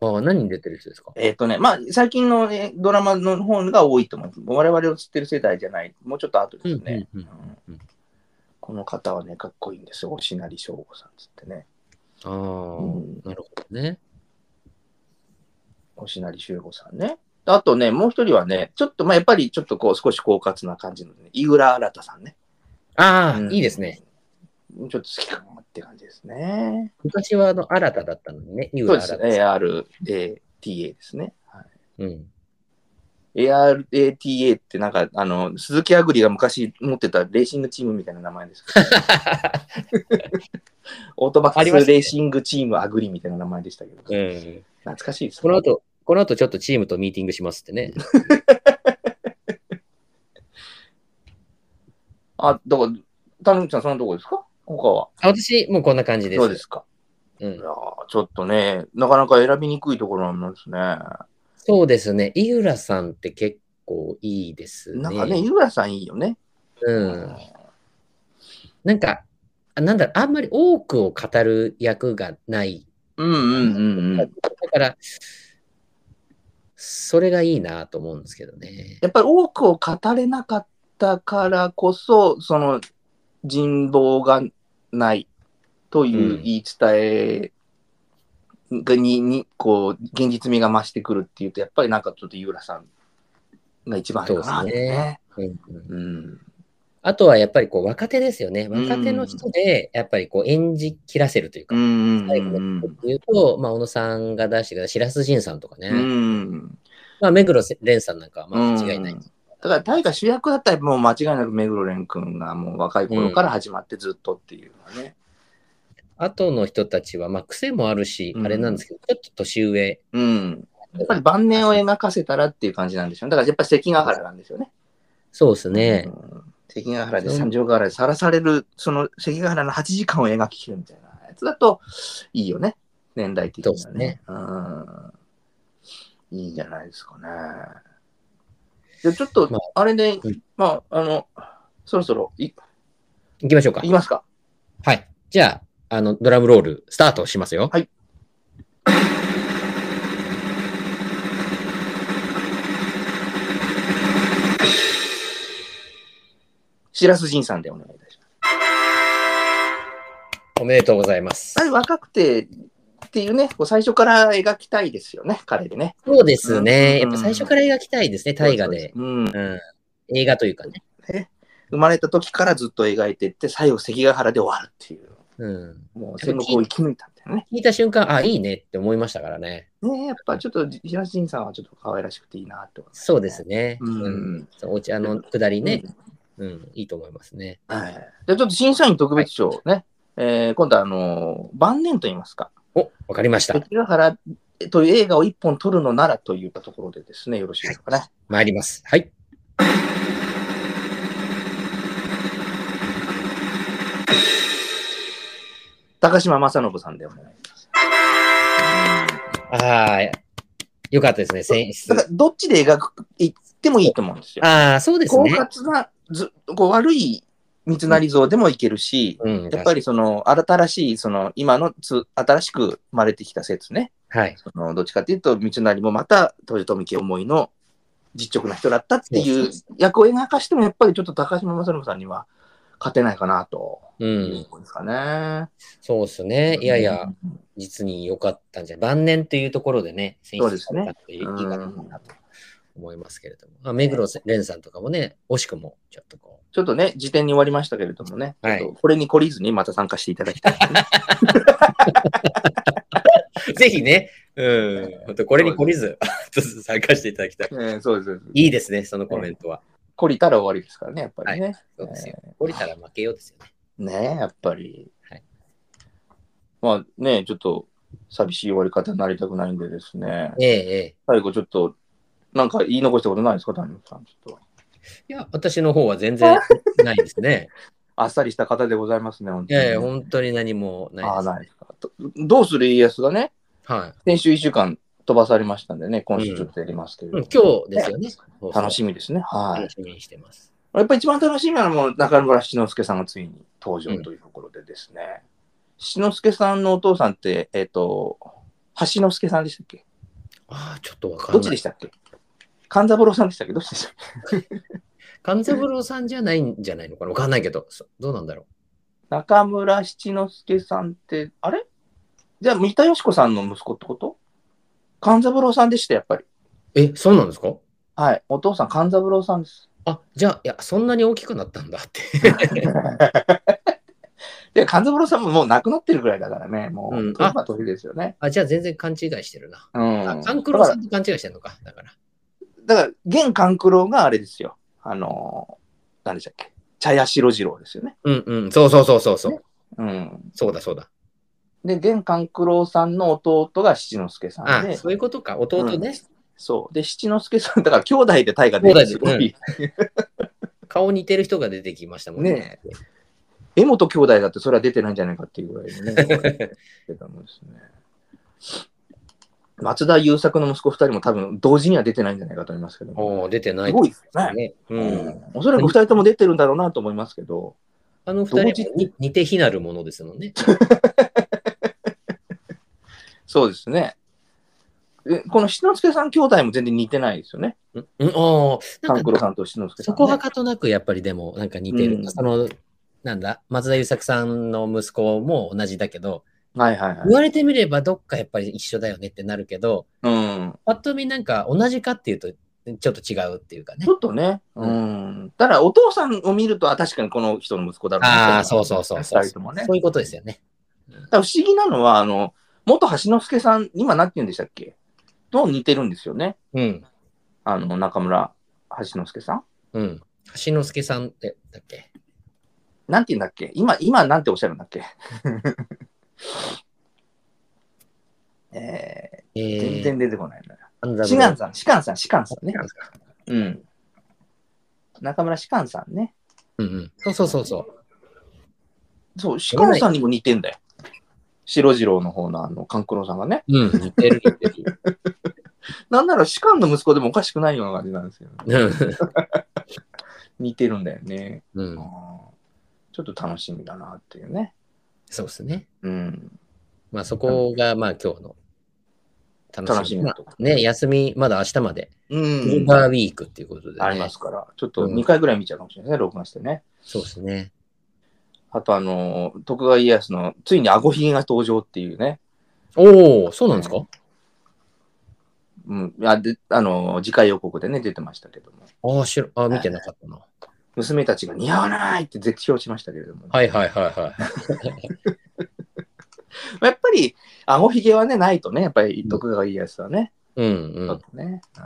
[SPEAKER 2] あ何に出てる人ですか
[SPEAKER 1] えっ、とね、まあ、最近の、ね、ドラマの方が多いと思います。我々を知ってる世代じゃない、もうちょっと後ですね。
[SPEAKER 2] うんうんうんうん
[SPEAKER 1] この方はね、かっこいいんですよ。押成翔吾さんつってね。
[SPEAKER 2] ああ、
[SPEAKER 1] うん
[SPEAKER 2] なるほどね。
[SPEAKER 1] 押成修吾さんね。あとね、もう一人はね、ちょっと、まあ、やっぱりちょっとこう、少し狡猾な感じのね、井浦新さんね。
[SPEAKER 2] ああ、
[SPEAKER 1] うん
[SPEAKER 2] いいですね。。
[SPEAKER 1] ちょっと好きかなって感じですね。
[SPEAKER 2] 昔はあの新ただったのにね、井
[SPEAKER 1] そう
[SPEAKER 2] 浦
[SPEAKER 1] です。
[SPEAKER 2] 新た。
[SPEAKER 1] ARATA ですね。はい
[SPEAKER 2] うん、
[SPEAKER 1] ARATA ってなんか、あの、鈴木あぐりが昔持ってたレーシングチームみたいな名前 ですけど、オートバッ
[SPEAKER 2] あ
[SPEAKER 1] ク
[SPEAKER 2] りまし
[SPEAKER 1] ス
[SPEAKER 2] たね
[SPEAKER 1] レーシングチームあぐりみたいな名前でしたけど、
[SPEAKER 2] うん、
[SPEAKER 1] 懐かしいです
[SPEAKER 2] この
[SPEAKER 1] ね。
[SPEAKER 2] 後、この後ちょっとチームとミーティングしますってね。
[SPEAKER 1] あ、どこ、田辺さんそんなとこですか他は。
[SPEAKER 2] あ私、もうこんな感じです。
[SPEAKER 1] そうですか。
[SPEAKER 2] うん
[SPEAKER 1] いやーちょっとね、なかなか選びにくいところなんですね。
[SPEAKER 2] そうですね。井浦さんって結構いいですね。
[SPEAKER 1] なんかね、井浦さんいいよね。
[SPEAKER 2] うん。なんか、あなんだろうあんまり多くを語る役がない。
[SPEAKER 1] うんうんうんうん。
[SPEAKER 2] だから、それがいいなと思うんですけどね。
[SPEAKER 1] やっぱり多くを語れなかったからこそ、その人望がないという
[SPEAKER 2] うん
[SPEAKER 1] 言い伝えがに、に、こう、現実味が増してくるっていうと、やっぱりなんかちょっと井浦さんが一番あるかな
[SPEAKER 2] そうですね。うんうん
[SPEAKER 1] うん。
[SPEAKER 2] あとはやっぱりこう若手ですよね。
[SPEAKER 1] うん
[SPEAKER 2] 若手の人で、やっぱりこう演じ切らせるというか
[SPEAKER 1] う、んうん
[SPEAKER 2] 最後
[SPEAKER 1] う
[SPEAKER 2] の
[SPEAKER 1] ん
[SPEAKER 2] とこっていうと、まあ、小野さんが出してくれた白洲迅さんとかね、
[SPEAKER 1] うん。
[SPEAKER 2] まあ、目黒蓮さんなんかはまあ間違いない。
[SPEAKER 1] うんだから、大河主役だったら、もう間違いなく目黒蓮君がもう若い頃から始まってずっとっていうのはね。
[SPEAKER 2] 後の人たちは、まあ、癖もあるし、
[SPEAKER 1] うん
[SPEAKER 2] あれなんですけど、ちょっと年上。
[SPEAKER 1] うん。やっぱり晩年を描かせたらっていう感じなんでしょうね。だから、やっぱり関ヶ原なんですよね。
[SPEAKER 2] そうですね
[SPEAKER 1] う。ん関ヶ原で三条ヶ原でさらされる、その関ヶ原の8時間を描き切るみたいなやつだといいよね。年代的にはね。
[SPEAKER 2] そうですね
[SPEAKER 1] うん。いいんじゃないですかね。じゃあちょっと
[SPEAKER 2] ま、
[SPEAKER 1] あれで、
[SPEAKER 2] うん
[SPEAKER 1] まあ、あの、そろそろい、い
[SPEAKER 2] 行きましょうか
[SPEAKER 1] き。ますか。
[SPEAKER 2] はい。じゃあ、あの、ドラムロール、スタートしますよ。
[SPEAKER 1] はい白洲仁さんでお願いいたします。
[SPEAKER 2] おめでとうございます
[SPEAKER 1] やっぱ。り若くてっていうね、こう最初から描きたいですよね、彼でね。
[SPEAKER 2] そうですね。
[SPEAKER 1] う
[SPEAKER 2] や
[SPEAKER 1] ん
[SPEAKER 2] っぱ最初から描きたいですね、大河で。
[SPEAKER 1] うん。
[SPEAKER 2] うん。映画というかね。
[SPEAKER 1] 生まれた時からずっと描いていって、最後関ヶ原で終わるっていう。
[SPEAKER 2] うん。
[SPEAKER 1] もう戦国を生き抜いたみたいなね。
[SPEAKER 2] 聞いた瞬間、あ、いいねって思いましたからね。
[SPEAKER 1] ねえやっぱちょっと平井さんはちょっと可愛らしくていいなってこと、
[SPEAKER 2] そうです。ね。
[SPEAKER 1] うん
[SPEAKER 2] そうお茶の下りね
[SPEAKER 1] ね。。
[SPEAKER 2] うん。いいと思いますね。
[SPEAKER 1] はい。じゃあちょっと審査員特別賞ね。えー今度はあのー晩年と言いますか。
[SPEAKER 2] お、わかりました。
[SPEAKER 1] 関ヶ原という映画を一本撮るのならといったところでですね、よろしいですかね。
[SPEAKER 2] 参ります。はい。
[SPEAKER 1] 高島正信さんでお願いします。
[SPEAKER 2] ああ、よかったですね、選出
[SPEAKER 1] だ か。ら、どっちで描く、いってもいいと思うんですよ。
[SPEAKER 2] ああ、そうです
[SPEAKER 1] 狡
[SPEAKER 2] ね。
[SPEAKER 1] 猾な、ずこう悪い三成像でもいけるし、
[SPEAKER 2] うん、
[SPEAKER 1] やっぱりその、新しい、その、今のつ、新しく生まれてきた説ね。
[SPEAKER 2] はい。
[SPEAKER 1] そのどっちかっていうと、三成もまた、当時富家思いの実直な人だったっていう役を描かしても、やっぱりちょっと高島正信さんには勝てないかなと
[SPEAKER 2] う
[SPEAKER 1] いうんと、ころですかね。
[SPEAKER 2] そうですね。いやいや、実に良かったんじゃない晩年というところでね、選
[SPEAKER 1] そう
[SPEAKER 2] 出
[SPEAKER 1] で
[SPEAKER 2] さ
[SPEAKER 1] す
[SPEAKER 2] れ
[SPEAKER 1] ね
[SPEAKER 2] たという言い方かなと思いますけれども。あ目黒蓮さんとかもね、惜しくもちょっとこ
[SPEAKER 1] ちょっとね、辞典に終わりましたけれどもね、
[SPEAKER 2] はい
[SPEAKER 1] ちょっとこれに懲りずにまた参加していただきたい。
[SPEAKER 2] う。 ぜひね、うん、本当これに懲りず、 ちょっと参加していただきたい。
[SPEAKER 1] えーそうですそうです。
[SPEAKER 2] いいですね、そのコメントは。
[SPEAKER 1] 懲りたら終わりですからね、やっぱりね。
[SPEAKER 2] そうですよ。降りたら負けようですよね。
[SPEAKER 1] ねえ、やっぱり。
[SPEAKER 2] はい
[SPEAKER 1] まあね、ちょっと寂しい終わり方になりたくないんでですね、
[SPEAKER 2] ええ、え
[SPEAKER 1] 最後ちょっと、なんか言い残したことないですか、谷本さん。ちょっと
[SPEAKER 2] え。いや、私の方は全 然ないですね。
[SPEAKER 1] あっさりした方でございますね、本
[SPEAKER 2] い
[SPEAKER 1] 当に。
[SPEAKER 2] やいや、本当に何もないです。
[SPEAKER 1] ああ、ないですか。とどうする家康がね、
[SPEAKER 2] はい。
[SPEAKER 1] 先週1週間飛ばされましたんでね、今週ちょっとやりますけれど
[SPEAKER 2] うん
[SPEAKER 1] も、
[SPEAKER 2] 今日ですよね。放送
[SPEAKER 1] 楽しみですね。はい
[SPEAKER 2] 楽。しみにしてます。
[SPEAKER 1] やっぱり一番楽しみなのはもう中村七之助さんがついに登場というところでですね。七之助さんのお父さんって、えっ、と、橋之助さんでしたっけ
[SPEAKER 2] ああ、ちょっとわ
[SPEAKER 1] ど
[SPEAKER 2] かんない。
[SPEAKER 1] っちでしたっけ勘三郎さんでしたっけどっちでしたっけ
[SPEAKER 2] 勘三郎さんじゃないんじゃないのかなわかんないけど、そどうなんだろ
[SPEAKER 1] 中村七之助さんって、あれじゃあ三田佳子さんの息子ってこと勘三郎さんでした、やっぱり。
[SPEAKER 2] う。え、そうなんですか
[SPEAKER 1] はい。お父さん勘三郎さんです。
[SPEAKER 2] あ、じゃあ、いや、そんなに大きくなったんだって。
[SPEAKER 1] で、勘三郎さんももう亡くなってるぐらいだからね、もう、
[SPEAKER 2] うん
[SPEAKER 1] まあ年ですよね。
[SPEAKER 2] あ、じゃあ全然勘違いしてるな。
[SPEAKER 1] うん。
[SPEAKER 2] あ、勘九郎さんと勘違いしてるのか。だから。
[SPEAKER 1] だから、現勘九郎があれですよ。あのー、何でしたっけ。茶屋白次郎ですよね。
[SPEAKER 2] うんうん、そうそうそうそうそう。
[SPEAKER 1] うん。
[SPEAKER 2] そうだそうだ。
[SPEAKER 1] で、現勘九郎さんの弟が七之助さん
[SPEAKER 2] あ
[SPEAKER 1] で、、
[SPEAKER 2] そういうことか。弟ね。
[SPEAKER 1] そう。で、七之助さん、だから兄弟で大河出
[SPEAKER 2] 兄
[SPEAKER 1] て
[SPEAKER 2] 弟です
[SPEAKER 1] ごい、
[SPEAKER 2] 顔似てる人が出てきましたもんね
[SPEAKER 1] ね。江本兄弟だってそれは出てないんじゃないかっていうぐらい のね、出たもんですね。松田優作の息子二人も多分同時には出てないんじゃないかと思いますけども、
[SPEAKER 2] おお出てな
[SPEAKER 1] す
[SPEAKER 2] い
[SPEAKER 1] ごいですね。
[SPEAKER 2] ね。う。
[SPEAKER 1] うんん、おそらく二人とも出てるんだろうなと思いますけど、
[SPEAKER 2] あの二
[SPEAKER 1] 同
[SPEAKER 2] 人
[SPEAKER 1] 時
[SPEAKER 2] もに似て非なるものです もんね。
[SPEAKER 1] そうですね。えこの七之助さん兄弟も全然似てないですよね。
[SPEAKER 2] うん、うんおーな
[SPEAKER 1] 勘
[SPEAKER 2] ん
[SPEAKER 1] 九
[SPEAKER 2] か
[SPEAKER 1] 郎さんと七之助さ
[SPEAKER 2] そ
[SPEAKER 1] ん、ね。
[SPEAKER 2] こはかとなくやっぱりでもなんか似てる。
[SPEAKER 1] うん
[SPEAKER 2] そのなんだ松田優作さんの息子も同じだけど、
[SPEAKER 1] はいはいはい
[SPEAKER 2] 言。われてみればどっかやっぱり一緒だよねってなるけど、
[SPEAKER 1] うん。
[SPEAKER 2] ぱっと見なんか同じかっていうとちょっと違うっていうかね
[SPEAKER 1] ち。ょっとね。うん。ただ、お父さんを見ると、あ、確かにこの人の息子だろうな
[SPEAKER 2] ああ、そうそうそうそう。
[SPEAKER 1] 二人ともね。
[SPEAKER 2] そういうことですよね。
[SPEAKER 1] だから不思議なのは、あの、元橋之助さん、今何て言うんでしたっけと似てるんですよね。
[SPEAKER 2] うん。
[SPEAKER 1] あの、中村橋之助さん。
[SPEAKER 2] うん。橋之助さんってだっけ
[SPEAKER 1] なんて言うんだっけ今、今なんておっしゃるんだっけ え
[SPEAKER 2] え
[SPEAKER 1] ー、
[SPEAKER 2] ー、
[SPEAKER 1] 全然出てこないな。
[SPEAKER 2] 違うん
[SPEAKER 1] 志願さん、志願さん、志願さんね。
[SPEAKER 2] ですか。
[SPEAKER 1] うん。中村志願さんね。
[SPEAKER 2] うんうん。そうそうそうそう。
[SPEAKER 1] そう、志願さんにも似てんだよ。白次郎の方のあの、勘九郎さんがね。
[SPEAKER 2] うん、似てる似てる。
[SPEAKER 1] なんなら志願の息子でもおかしくないような感じなんですよ、ね。
[SPEAKER 2] う
[SPEAKER 1] 似てるんだよね。
[SPEAKER 2] ん
[SPEAKER 1] う
[SPEAKER 2] う
[SPEAKER 1] ん
[SPEAKER 2] ん。
[SPEAKER 1] ちょっと楽しみだなっていうね。
[SPEAKER 2] そうですね。
[SPEAKER 1] うん。
[SPEAKER 2] まあそこがまあ今日の
[SPEAKER 1] 楽しみなとこ。
[SPEAKER 2] ね、休み、まだ明日まで、
[SPEAKER 1] う
[SPEAKER 2] シ
[SPEAKER 1] ん
[SPEAKER 2] ル。バーウィークっていうことで、ね。
[SPEAKER 1] ありますから、ちょっと
[SPEAKER 2] うん
[SPEAKER 1] 2回ぐらい見ちゃうかもしれないですね、録画してね。
[SPEAKER 2] そうですね。
[SPEAKER 1] あと、あのー、徳川家康の、ついに顎ひげが登場っていうね。
[SPEAKER 2] おお、そうなんですか、
[SPEAKER 1] うん。あで、あのー、次回予告でね、出てましたけども。
[SPEAKER 2] ああ、しろ、あ見てなかったな。
[SPEAKER 1] 娘たちが似合わないって絶叫しましたけれども。
[SPEAKER 2] はいはいはいはい。
[SPEAKER 1] やっぱり、顎ひげはね、ないとね、やっぱり徳川家康はね。
[SPEAKER 2] うん
[SPEAKER 1] ち
[SPEAKER 2] う
[SPEAKER 1] ょ
[SPEAKER 2] ん
[SPEAKER 1] っ。とね。うん。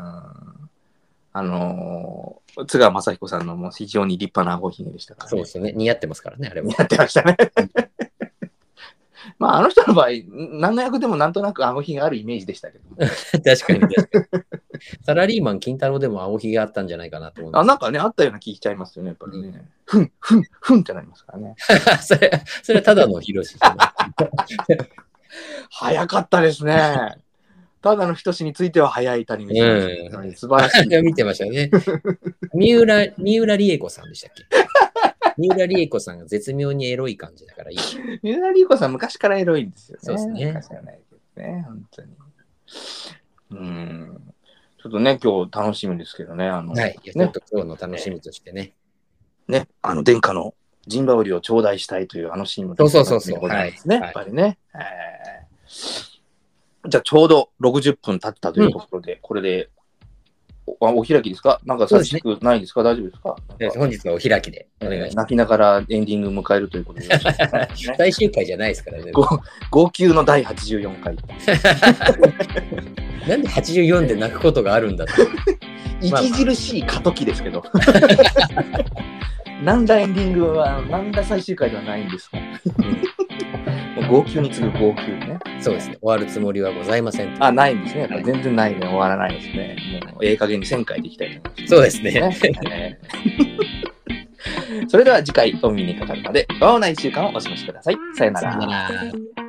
[SPEAKER 1] あのー、津川雅彦さんのもう非常に立派な顎ひげでしたから、ね。
[SPEAKER 2] そうですよね。似合ってますからね、あれも
[SPEAKER 1] や。ってましたね。 まあ、あの人の場合、何の役でもなんとなく顎ひげがあるイメージでしたけども。
[SPEAKER 2] 確かに確かに。サラリーマン金太郎でも青ひげあったんじゃないかなと思い
[SPEAKER 1] あ
[SPEAKER 2] ま
[SPEAKER 1] なんかね、あったような気しちゃいますよね、やっぱりね。ふん、 ふん、ふんってなりますからね。
[SPEAKER 2] す。それ、それはただの広し。
[SPEAKER 1] 早かったですね。ただの仁については早い谷口さんですね、
[SPEAKER 2] うん
[SPEAKER 1] 素晴らしい。
[SPEAKER 2] 見てましたよね。三浦、三浦理恵子さんでしたっけ三浦理恵子さんが絶妙にエロい感じだからいい。
[SPEAKER 1] 三浦理子さん、昔からエロいんですよね。
[SPEAKER 2] そうですね
[SPEAKER 1] 昔からないけどね、本当に。うん。ちょっとね、今日楽しみですけどね、あの、
[SPEAKER 2] はい。いやちょっと今日の楽しみとしてね。
[SPEAKER 1] ね、あの、殿下のジンバウリを頂戴したいというあのシーンも
[SPEAKER 2] そうそうそうそう
[SPEAKER 1] ございますね、
[SPEAKER 2] はい
[SPEAKER 1] やっぱりね。えーじゃあ、ちょうど60分経ったというところで、これで、おあお開きですかなんか
[SPEAKER 2] そう
[SPEAKER 1] 寂
[SPEAKER 2] ですね
[SPEAKER 1] しくないですか大丈夫ですか
[SPEAKER 2] え
[SPEAKER 1] なんか
[SPEAKER 2] 本日はお開きでお願いしま
[SPEAKER 1] 泣きながらエンディング迎えるということでよろしいですかね、
[SPEAKER 2] す。最終回じゃないですからね。
[SPEAKER 1] ご号泣の第84回。
[SPEAKER 2] なんで84で泣くことがあるんだって。まあまあ
[SPEAKER 1] 著しい過渡期ですけど。 なんだエンディングは、なんだ最終回ではないんですか。もう号泣に次ぐ号泣ね。
[SPEAKER 2] そうですね。終わるつもりはございません。
[SPEAKER 1] あ、ないんですね。やっぱ全然ないね。終わらないですね。もう、ええ加減に1000回でいきたいと思います。
[SPEAKER 2] そうですね。
[SPEAKER 1] ね。 えーそれでは次回、お耳にかかるまで、和をない一週間をお過ごしください。さよな
[SPEAKER 2] さよ
[SPEAKER 1] ら
[SPEAKER 2] な。ら。
[SPEAKER 3] Thank you.